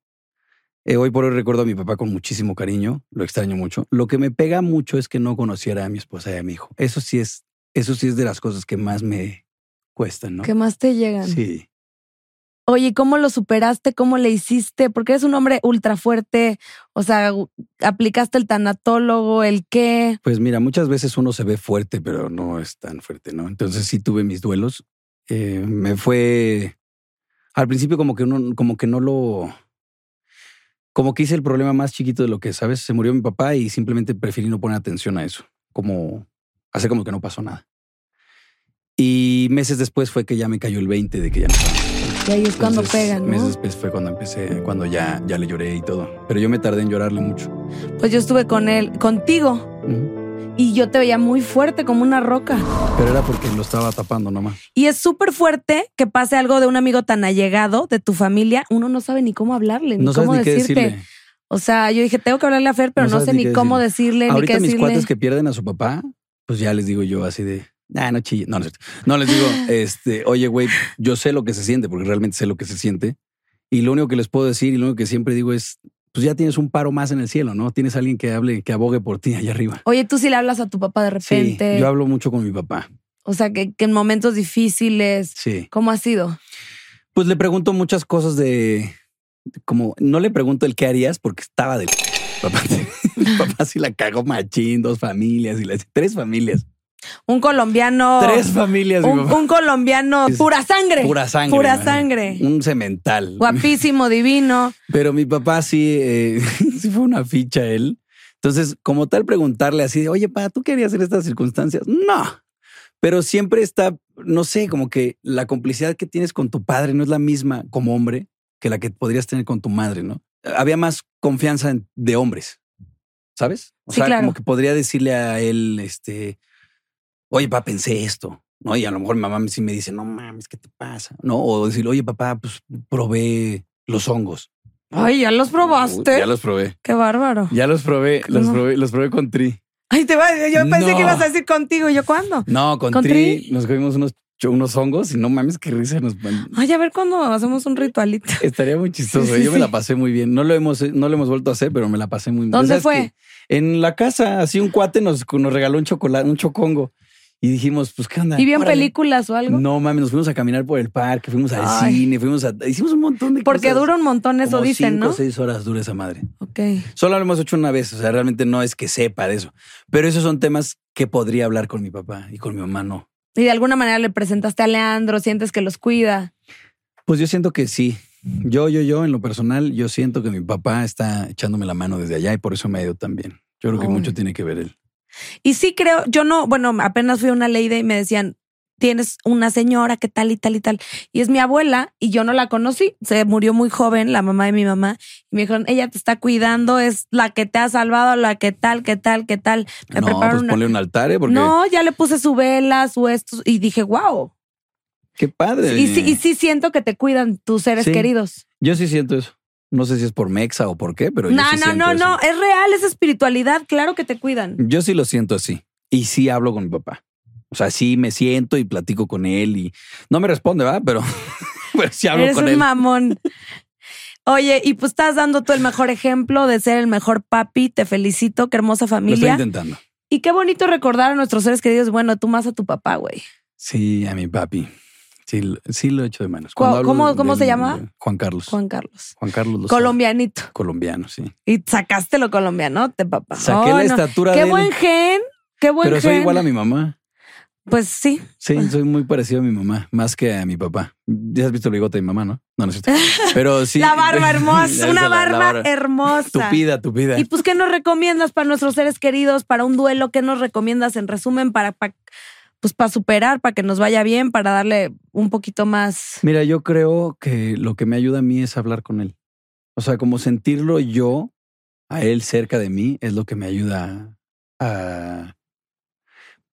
Eh, hoy por hoy recuerdo a mi papá con muchísimo cariño, lo extraño mucho. Lo que me pega mucho es que no conociera a mi esposa y a mi hijo. Eso sí es, eso sí es de las cosas que más me cuestan, ¿no? ¿Qué más te llegan? Sí. Oye, ¿y ¿cómo lo superaste? ¿Cómo le hiciste? Porque eres un hombre ultra fuerte. O sea, u- aplicaste el tanatólogo, el qué. Pues mira, muchas veces uno se ve fuerte, pero no es tan fuerte, ¿no? Entonces sí tuve mis duelos. Eh, me fue al principio como que uno, como que no lo, como que hice el problema más chiquito de lo que sabes. Se murió mi papá y simplemente preferí no poner atención a eso, como hacer como que no pasó nada. Y meses después fue que ya me cayó el 20 de que ya no. estaba. Y ahí es cuando Entonces, pegan, Meses ¿no? después fue cuando empecé, cuando ya, ya le lloré y todo. Pero yo me tardé en llorarle mucho. Pues yo estuve con él, contigo, Ujú. y yo te veía muy fuerte, como una roca. Pero era porque lo estaba tapando nomás. Y es súper fuerte que pase algo de un amigo tan allegado de tu familia. Uno no sabe ni cómo hablarle, ni No sabes eh, cómo ni qué decirte. decirle. O sea, yo dije, tengo que hablarle a Fer, pero No no, sabes sé ni ni, qué cómo decirle, ni Ahorita qué mis decirle. cuates que pierden a su papá, pues ya les digo yo así de, ah, no chille. No, no, es cierto. No, [laughs] les digo, este, oye, güey, yo sé lo que se siente, porque realmente sé lo que se siente. Y lo único que les puedo decir y lo único que siempre digo es, pues ya tienes un paro más en el cielo, ¿no? Tienes alguien que hable, que abogue por ti allá arriba. Oye, tú sí le hablas a tu papá de Sí, repente. yo hablo mucho con mi papá. O sea, que, que en momentos difíciles. Sí. ¿Cómo ha sido? Pues le pregunto muchas cosas de, de como no le pregunto el qué harías porque estaba [laughs] del papá. papá sí la cagó machín, dos familias y las tres familias. Un colombiano. Tres familias, mi un, papá. un colombiano Es pura sangre. Pura sangre. Pura ¿no? sangre. Un cemental. Guapísimo, divino. Pero mi papá sí, eh, [laughs] sí fue una ficha él. Entonces, como tal, preguntarle así de, oye, pa, ¿tú querías hacer estas circunstancias? No. Pero siempre está, no sé, como que la complicidad que tienes con tu padre no es la misma como hombre que la que podrías tener con tu madre, ¿no? Había más confianza en- de hombres, ¿sabes? O Sí, sea, claro. como que podría decirle a él, este, oye, papá, pensé esto, ¿no? Y a lo mejor mi mamá sí me dice, no mames, ¿qué te pasa? ¿No? O decirle, oye, papá, pues probé los hongos. Ay, ya los probaste. Uy, Ya los probé. Qué bárbaro. Ya los probé, los No. probé, los probé con Tri. Ay, te va- yo pensé No. que ibas a decir contigo. ¿Yo cuándo? No, con, ¿Con tri, Tri? nos comimos unos, cho- unos hongos y no mames, qué risa nos pon- Ay, a ver cuándo hacemos un ritualito. Estaría muy chistoso. ¿eh? Sí, sí, Yo me sí. la pasé muy bien. No lo hemos, no lo hemos vuelto a hacer, pero me la pasé muy bien. ¿Dónde ¿Sabes fue? qué? En la casa, así un cuate nos, nos regaló un chocolate, un chocongo. Y dijimos, pues, ¿qué onda? ¿Y bien Órale. películas o algo? No mames, nos fuimos a caminar por el parque, fuimos al Ay. cine, fuimos a. Hicimos un montón de Porque cosas. dura un montón, eso pues, Como dicen, cinco ¿no? o seis horas dura esa madre. Ok. Solo lo hemos hecho una vez, o sea, realmente no es que sepa de eso. Pero esos son temas que podría hablar con mi papá y con mi mamá no. Y de alguna manera le presentaste a Leandro, sientes que los cuida. Pues yo siento que sí. Yo, yo, yo, en lo personal, yo siento que mi papá está echándome la mano desde allá y por eso me ha ido tan bien. Yo creo que Ay. mucho tiene que ver él. Y sí creo, yo no, bueno, apenas fui a una ley y me decían, tienes una señora que tal y tal y tal. Y es mi abuela y yo no la conocí. Se murió muy joven, la mamá de mi mamá. Y me dijeron, ella te está cuidando, es la que te ha salvado, la que tal, que tal, que tal. Me no, prepararon pues una- ponle un altar, ¿eh? Porque No, ya le puse su vela, su esto. Y dije, wow. qué padre. Y sí, y sí siento que te cuidan tus seres Sí. queridos. Yo sí siento eso. No sé si es por Mexa o por qué, pero yo no, sí no, siento no, eso. no. Es real, es espiritualidad. Claro que te cuidan. Yo sí lo siento así. Y sí hablo con mi papá. O sea, sí me siento y platico con él y no me responde, ¿verdad? Pero, [laughs] pero sí hablo Eres con un él. mamón. Oye, y pues estás dando tú el mejor ejemplo de ser el mejor papi. Te felicito, qué hermosa Lo estoy familia. intentando. Y qué bonito recordar a nuestros seres queridos. Bueno, tú más a tu papá, güey. Sí, a mi papi. Sí, lo- sí lo echo de menos. Cu- ¿cómo- cómo se llama? Juan Carlos. Juan Juan, Carlos. Carlos Lozano. Colombianito. Colombiano, sí. Y sacaste lo colombiano, te papá. Saqué Oh, la no. estatura Qué de él, buen gen, qué buen pero gen. soy igual a mi mamá. Pues sí. Sí, soy muy parecido a mi mamá, más que a mi papá. Ya has visto el bigote de mi mamá, ¿no? No, no es cierto. Pero [laughs] sí. la [laughs] barba Esa, hermosa, la- una la barba, hermosa. Tupida, tupida. Y pues, ¿qué nos recomiendas para nuestros seres queridos, para un duelo? ¿Qué nos recomiendas en resumen para, pa- pues, para superar, para que nos vaya bien, para darle un poquito más? Mira, yo creo que lo que me ayuda a mí es hablar con él. O sea, como sentirlo yo a él cerca de mí es lo que me ayuda a.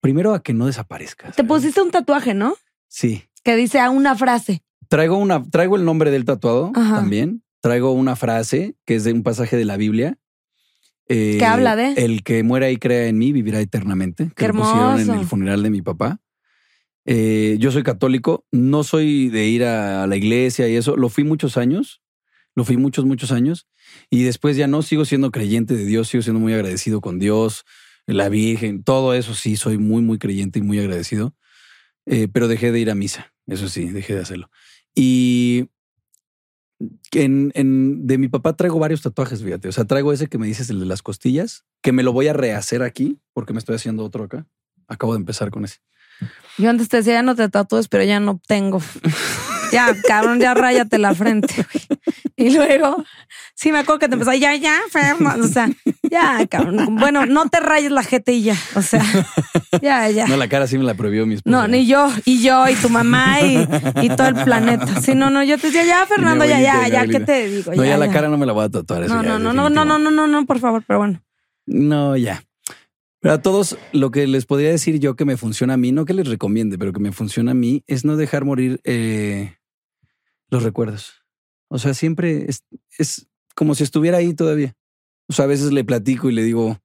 Primero a que no desaparezca. Te ¿sabes? pusiste un tatuaje, ¿no? Sí. Que dice a una frase. Traigo una, traigo el nombre del tatuado Ajá. también. Traigo una frase que es de un pasaje de la Biblia. Eh, ¿Qué habla de? El que muera y crea en mí vivirá eternamente. Que Qué lo pusieron en hermoso. el funeral de mi papá. Eh, yo soy católico, no soy de ir a, a la iglesia y eso. Lo fui muchos años, lo fui muchos, muchos años. Y después ya no, sigo siendo creyente de Dios, sigo siendo muy agradecido con Dios, la Virgen, todo eso sí, soy muy, muy creyente y muy agradecido. Eh, pero dejé de ir a misa, eso sí, dejé de hacerlo. Y en, en- de mi papá traigo varios tatuajes, fíjate. O sea, traigo ese que me dices, el de las costillas, que me lo voy a rehacer aquí porque me estoy haciendo otro acá. Acabo de empezar con ese. Yo antes te decía, ya no te tatúes, pero ya no tengo. [laughs] ya, cabrón, ya ráyate la frente. güey. Y luego, sí, me acuerdo que te empezó, ya, ya, Fer", no, o sea, ya, cabrón. Bueno, no te rayes la jeta y ya, o sea, ya, ya. No, la cara sí me la prohibió mi esposa. No, ni yo, y yo, y tu mamá, y, y todo el planeta. Sí, no, no, yo te decía, ya, Fernando, ya, ya, abuelita, y ya, mi ¿qué abuelita. te digo? No, ya, la cara no me la voy a tatuar. eso No, ya no, es no, no, no, definitivo. no, no, no, no, por favor, pero bueno. No, ya. Pero a todos lo que les podría decir yo que me funciona a mí, no que les recomiende, pero que me funciona a mí, es no dejar morir eh, los recuerdos. O sea, siempre es, es como si estuviera ahí todavía. O sea, a veces le platico y le digo,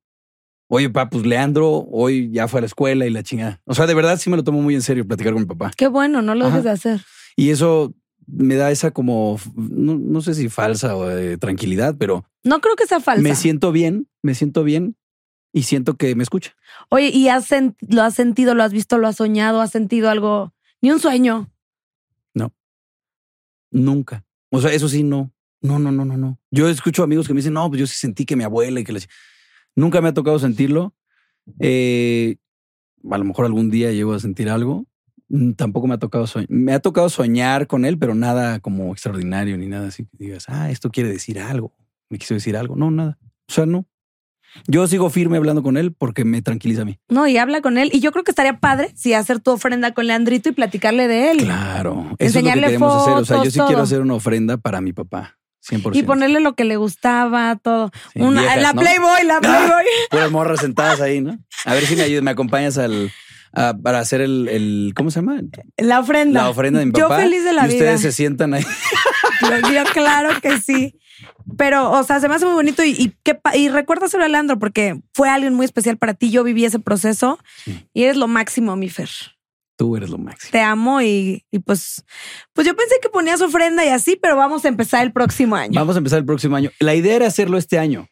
oye, papá, pues Leandro hoy ya fue a la escuela y la chingada. O sea, de verdad sí me lo tomo muy en serio platicar con mi papá. Qué bueno, no lo Ajá. dejes de hacer. Y eso me da esa como, no, no sé si falsa o de tranquilidad, pero No creo que sea falsa. me siento bien, me siento bien y siento que me escucha. Oye, ¿y has sent- lo has sentido, lo has visto, lo has soñado, has sentido algo? Ni un sueño. Nunca. O sea, eso sí, no. No, no, no, no, no. Yo escucho amigos que me dicen, no, pues yo sí sentí que mi abuela y que la... ch-". Nunca me ha tocado sentirlo. Eh, a lo mejor algún día llego a sentir algo. Mm, Tampoco me ha tocado soñar. Me ha tocado soñar con él, pero nada como extraordinario ni nada así que digas, ah, esto quiere decir algo. Me quiso decir algo. No, nada. O sea, no. Yo sigo firme hablando con él porque me tranquiliza a mí. No, y habla con él. Y yo creo que estaría padre si hacer tu ofrenda con Leandrito y platicarle de él. Claro. Eso Enseñarle es lo que queremos hacer. O sea, yo fotos, sí quiero todo. hacer una ofrenda para mi papá. 100%. Y ponerle lo que le gustaba, todo. Sí, Una- viejas, la ¿no? Playboy, [laughs] la Playboy. Puras morras sentadas ahí, ¿no? A ver si me ayudas, me acompañas al a- para hacer el, el- ¿cómo se llama? La ofrenda. La ofrenda de mi Yo papá. feliz de la y vida. ustedes se sientan ahí. [laughs] Lo- Yo claro que sí. Pero, o sea, se me hace muy bonito y, y, qué pa- y recuérdaselo a Leandro porque fue alguien muy especial para ti. Yo viví ese proceso y eres lo máximo, mi Fer. Tú eres lo máximo. Te amo y, y pues, pues yo pensé que ponías ofrenda y así, pero vamos a empezar el próximo año. Vamos a empezar el próximo año. La idea era hacerlo este año,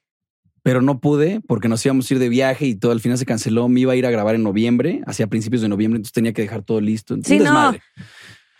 pero no pude porque nos íbamos a ir de viaje y todo. Al final se canceló. Me iba a ir a grabar en noviembre, hacia principios de noviembre, entonces tenía que dejar todo listo. Entonces, Sí, un no. desmadre.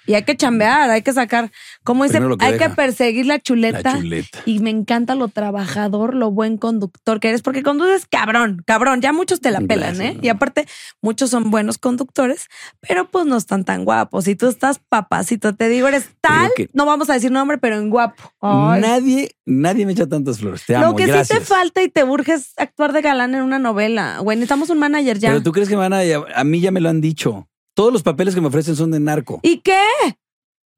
Y hay que chambear, hay que sacar, como dice, Primero lo que hay deja. que perseguir la chuleta. La chuleta. Y me encanta lo trabajador, lo buen conductor que eres, porque conduces cabrón, cabrón. Ya muchos te la pelan, Gracias, ¿eh? mi Y aparte, muchos son buenos conductores, pero pues no están tan guapos. Y tú estás papacito, te digo, eres tal, que- no vamos a decir nombre, pero en guapo. Ay. Nadie, nadie me echa tantas flores. Te amo. Lo que sí gracias. te falta y te urge es actuar de galán en una novela. Güey, necesitamos un manager ya. Pero tú crees que me van a. A mí ya me lo han dicho. Todos los papeles que me ofrecen son de narco. ¿Y qué?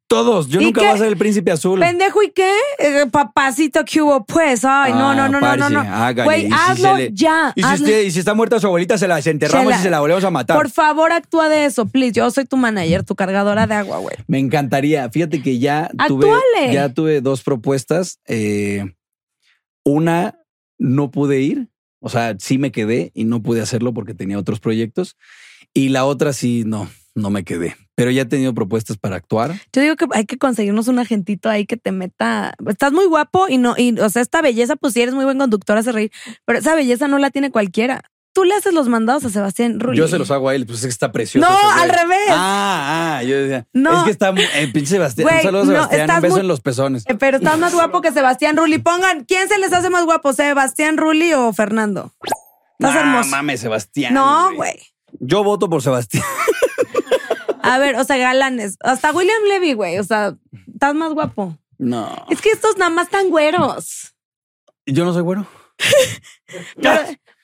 Todos. Yo ¿Y nunca qué? voy a ser el príncipe azul. ¿Pendejo y qué? Eh, papacito, ¿qué hubo? Pues, ay, no, Ah, no, no, no, no, parce, no. hágale. Güey, Y si hazlo se le- ya. Y si, hazlo. usted- y si está muerta su abuelita, se la desenterramos Se la- y se la volvemos a matar. Por favor, actúa de eso, please. Yo soy tu manager, tu cargadora de agua, güey. Me encantaría. Fíjate que ya tuve, Actúale. ya tuve dos propuestas. Eh, una no pude ir, o sea, sí me quedé y no pude hacerlo porque tenía otros proyectos. Y la otra sí, no, no me quedé. Pero ya he tenido propuestas para actuar. Yo digo que hay que conseguirnos un agentito ahí que te meta. Estás muy guapo y no, y, o sea, esta belleza, pues si eres muy buen conductor, hace reír, pero esa belleza no la tiene cualquiera. Tú le haces los mandados a Sebastián Rulli. Yo se los hago a él, pues es que está precioso. No, ese güey. al revés. Ah, ah, yo decía. No. Es que está mu- eh, pinche Sebastián. Güey, un saludo a no, Sebastián. estás un beso muy- en los pezones. Eh, Pero estás más guapo que Sebastián Rulli. Pongan, ¿quién se les hace más guapo, Sebastián Rulli o Fernando? Estás Ah, hermoso. mames, Sebastián. no, güey. Yo voto por [laughs] Sebastián. A ver, o sea, galanes. Hasta William Levy, güey. O sea, estás más guapo. No. Es que estos nada más están güeros. Yo no soy bueno. Por,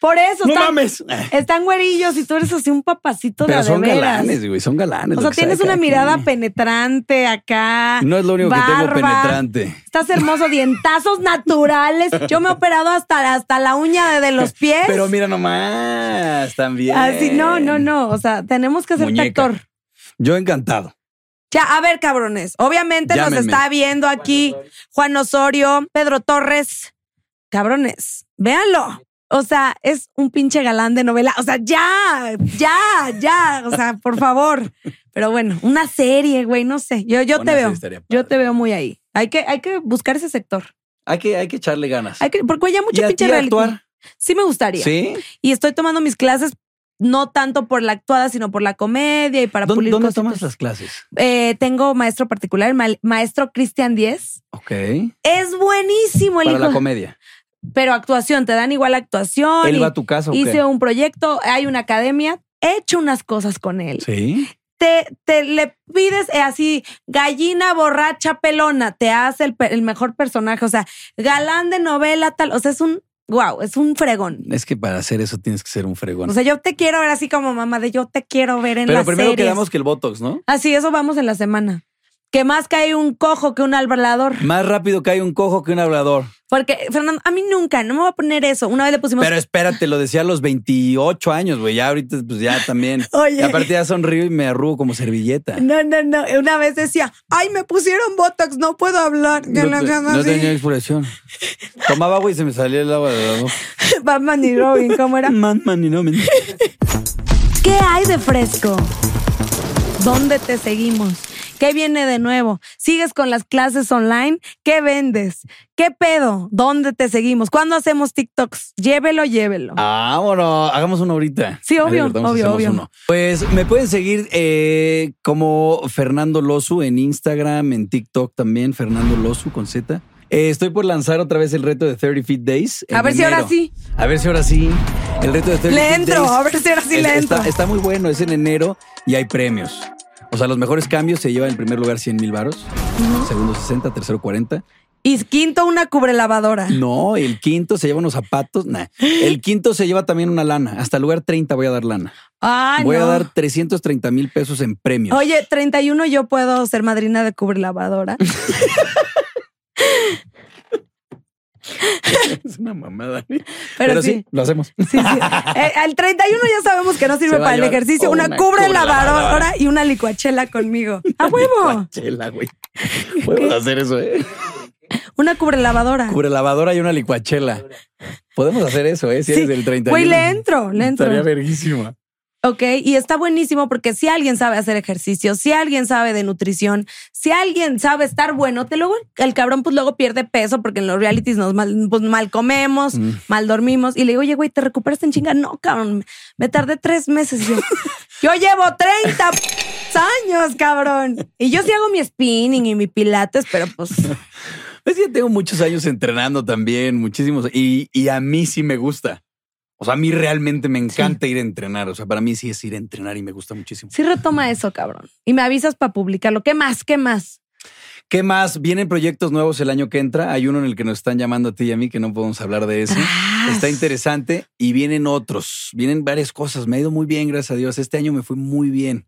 por eso no están, mames. están güerillos y tú eres así un papacito de Pero a de son veras. galanes, güey, son galanes. O lo sea, que sabe tienes cada una mirada quien. penetrante acá. No es lo único que tengo barba. penetrante. Estás hermoso, dientazos naturales. Yo me he operado hasta, hasta la uña de, de los pies. Pero mira nomás, también. Así, Ah, no, no, no. O sea, tenemos que hacerte Muñeca. actor. Yo encantado. Ya, a ver, cabrones. Obviamente nos Llámenme. está viendo aquí Juan Osorio, Pedro Torres. Cabrones, véanlo. O sea, es un pinche galán de novela. O sea, ya, ya, ya. O sea, por favor. Pero bueno, una serie, güey, no sé. Yo, yo Una te serie veo. estaría Yo padre. te veo muy ahí. Hay que, hay que buscar ese sector. Hay que, hay que echarle ganas. Hay que, porque ya ¿Y mucho a pinche ti reality. actuar? Sí me gustaría. ¿Sí? Y estoy tomando mis clases no tanto por la actuada, sino por la comedia y para ¿Dónde, pulir dónde cositas. tomas las clases? Eh, tengo maestro particular, el ma- maestro Cristian Díez. Ok. Es buenísimo el Para la hijo. comedia. Pero actuación, te dan igual actuación. y ¿Él va a tu casa o qué? hice un proyecto, hay una academia. He hecho unas cosas con él. Sí. Te, te le pides eh, así, gallina borracha pelona, te hace el, pe- el mejor personaje. O sea, galán de novela, tal. O sea, es un wow, es un fregón. Es que para hacer eso tienes que ser un fregón. O sea, yo te quiero ver así como mamá de yo te quiero ver en Pero las primero series. quedamos que el Botox, ¿no? Así, eso vamos en la semana. Que más cae un cojo que un albalador. Más rápido cae un cojo que un hablador. Porque, Fernando, a mí nunca, no me voy a poner eso. Una vez le pusimos. Pero espérate, lo decía a los 28 años, güey. Ya ahorita, pues ya también. [laughs] Oye. Y aparte ya sonrío y me arrugo como servilleta. no, no, no. Una vez decía, ay, me pusieron botox, no puedo hablar. Yo no, te- yo no no así. tenía expresión. Tomaba agua y se me salía el agua de la boca. [laughs] Batman y Robin, ¿cómo [laughs] era? Man, man, y no, man. ¿Qué hay de fresco? ¿Dónde te seguimos? ¿Qué viene de nuevo? ¿Sigues con las clases online? ¿Qué vendes? ¿Qué pedo? ¿Dónde te seguimos? ¿Cuándo hacemos TikToks? Llévelo, llévelo. Vámonos, hagamos uno ahorita. Sí, obvio, A ver, vamos, obvio, hacemos obvio. Pues me pueden seguir eh, como Fernando Losu en Instagram, en TikTok también, Fernando Losu con Z. Eh, estoy por lanzar otra vez el reto de 30 Feet Days. en A ver si ahora enero. sí. A ver si ahora sí. El reto de 30 Le Feet entro, Days. a ver si ahora sí Es- le entro. está, está muy bueno, es en enero y hay premios. O sea, los mejores cambios se llevan en primer lugar 100 mil varos, segundo 60, tercero 40. Y quinto, una cubrelavadora. No, el quinto se lleva unos zapatos. nah. El quinto se lleva también una lana. Hasta el lugar 30 voy a dar lana. Ay, voy Ah, no. a dar 330 mil pesos en premios. Oye, 31 yo puedo ser madrina de cubrelavadora. [laughs] es una mamada. Pero, [laughs] Pero sí. sí, lo hacemos. [laughs] Sí, sí. Eh, al 31 ya sabemos que no sirve Se va a para el llevar ejercicio. Una, una cubre lavadora cubrelavadora. y una licuachela conmigo. ¡A [laughs] huevo! Chela, güey. Podemos hacer eso, ¿eh? Una cubre lavadora. Cubre lavadora y una licuachela. Podemos hacer eso, ¿eh? Si Sí. eres del 31. Güey, le entro, le entro. Estaría verguísima. Ok, y está buenísimo porque si alguien sabe hacer ejercicio, si alguien sabe de nutrición, si alguien sabe estar bueno, te luego el cabrón pues luego pierde peso porque en los realities nos mal, pues, mal comemos, mal dormimos y le digo, oye, güey, ¿te recuperaste en chinga? No, cabrón, me tardé tres meses. Yo, yo llevo 30 años, cabrón. Y yo sí hago mi spinning y mi pilates, pero pues Es que tengo muchos años entrenando también, muchísimos. Y, y a mí sí me gusta. O sea, a mí realmente me encanta ir a entrenar. O sea, para mí sí es ir a entrenar y me gusta muchísimo. sí retoma eso, cabrón. Y me avisas para publicarlo. ¿Qué más? ¿Qué más? ¿Qué más? Vienen proyectos nuevos el año que entra. Hay uno en el que nos están llamando a ti y a mí que no podemos hablar de eso. Ah, Está interesante y vienen otros. Vienen varias cosas. Me ha ido muy bien, gracias a Dios. Este año me fue muy bien.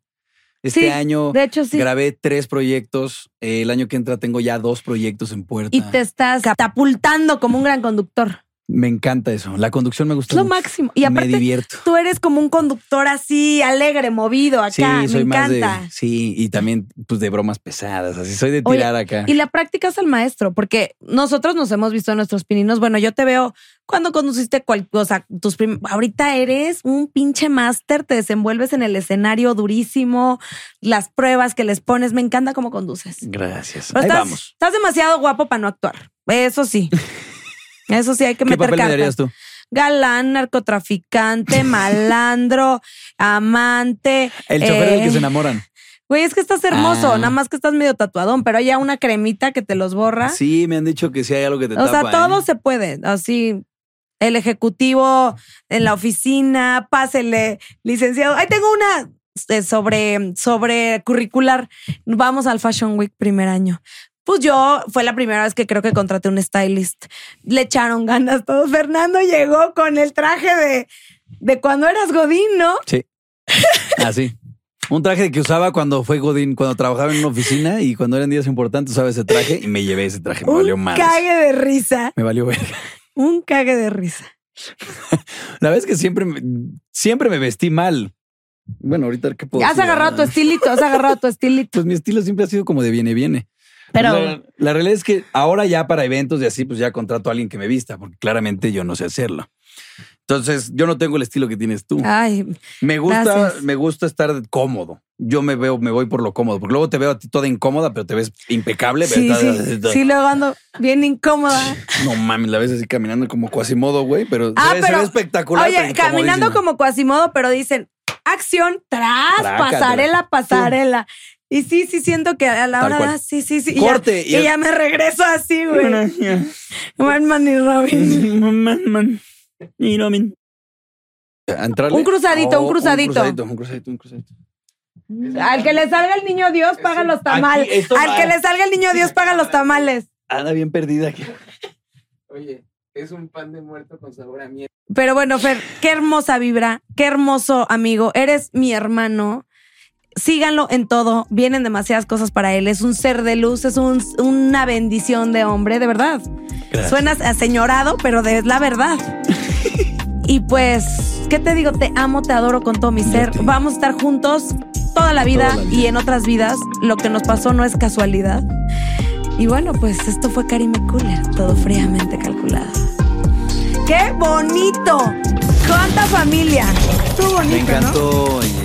Este Sí, año De hecho, sí. grabé tres proyectos. Eh, el año que entra tengo ya dos proyectos en puerta. Y te estás catapultando como un gran conductor. Me encanta eso. La conducción me gusta Es lo mucho. máximo. Y me aparte, divierto. tú eres como un conductor así, alegre, movido acá. Sí, me soy más de. Ah. encanta. Sí, y también pues de bromas pesadas. Así soy de Oye, tirar acá. Y la práctica es el maestro, porque nosotros nos hemos visto en nuestros pininos. Bueno, yo te veo cuando conduciste cual cosa, tus prim- ahorita eres un pinche máster, te desenvuelves en el escenario durísimo, las pruebas que les pones, me encanta cómo conduces. Gracias. Pero Ahí estás, vamos. estás demasiado guapo para no actuar. Eso [laughs] sí. Eso sí, hay que ¿Qué meter papel le cartas. darías tú? Galán, narcotraficante, [laughs] malandro, amante. El chofer del eh, que se enamoran. Güey, es que estás hermoso, Ah. nada más que estás medio tatuadón, pero ya una cremita que te los borra. Ah, Sí, me han dicho que sí hay algo que te o tapa. sea, todo ¿eh? [laughs] se puede. Así, el ejecutivo en la oficina, pásele, licenciado. Ahí tengo una eh, sobre, sobre curricular. Vamos al Fashion Week primer año. Pues yo fue la primera vez que creo que contraté un stylist. Le echaron ganas todos. Fernando llegó con el traje de, de cuando eras Godín, ¿no? Así. Ah, Un traje que usaba cuando fue Godín, cuando trabajaba en una oficina y cuando eran días importantes usaba ese traje y me llevé ese traje. Me valió un mal. cague de risa. Me valió verga. [laughs] Un cague de risa. La verdad es que siempre, me- siempre me vestí mal. Bueno, ahorita qué puedo Has decir? Ah, agarrado tu estilito, has agarrado tu [laughs] estilito. Pues mi estilo siempre ha sido como de viene, viene. Pero- la, la realidad es que ahora ya para eventos y así, pues ya contrato a alguien que me vista, porque claramente yo no sé hacerlo. Entonces, yo no tengo el estilo que tienes Ah, tú. Ay, Me gusta, Gracias. me gusta estar cómodo. Yo me veo, me voy por lo cómodo, porque luego te veo a ti toda incómoda, pero te ves impecable. pero Sí, sí, estás- sí, luego ando bien incómoda. [laughs] No mames, la ves así caminando como Quasimodo, güey, pero, Ah, se, ve, se pero- ve espectacular. Oye, pero caminando incomodísima. como Quasimodo, pero dicen acción tras Trácatela. pasarela, pasarela. Y sí, sí, siento que a la Tal hora, cual. sí, sí, sí. Corte, Y y ya, y el- ya me regreso así, güey. [laughs] Batman y Robin. A entrarle. Un cruzadito, un cruzadito. Oh, Un cruzadito, un cruzadito, un cruzadito. Al que le salga el niño Dios, paga los tamales. Aquí, esto Al va. que le salga el niño Dios, paga los tamales. Anda bien perdida aquí. Oye, es un pan de muerto con sabor a miel. Pero bueno, Fer, qué hermosa vibra, qué hermoso amigo. Eres mi hermano. Síganlo en todo. Vienen demasiadas cosas para él. Es un ser de luz, es un- una bendición de hombre, de verdad. Suenas aseñorado, pero de es la [laughs] verdad. y pues, ¿qué te digo? Te amo, te adoro con todo mi ser. te- Vamos a estar juntos toda la vida, la vida. y en otras vidas. Lo que nos pasó no es casualidad. Y bueno, pues esto fue Karime Cooler, todo fríamente calculado. ¡Qué bonito! ¡Cuánta familia! Estuvo bonito, Me ¿no? encantó, oye.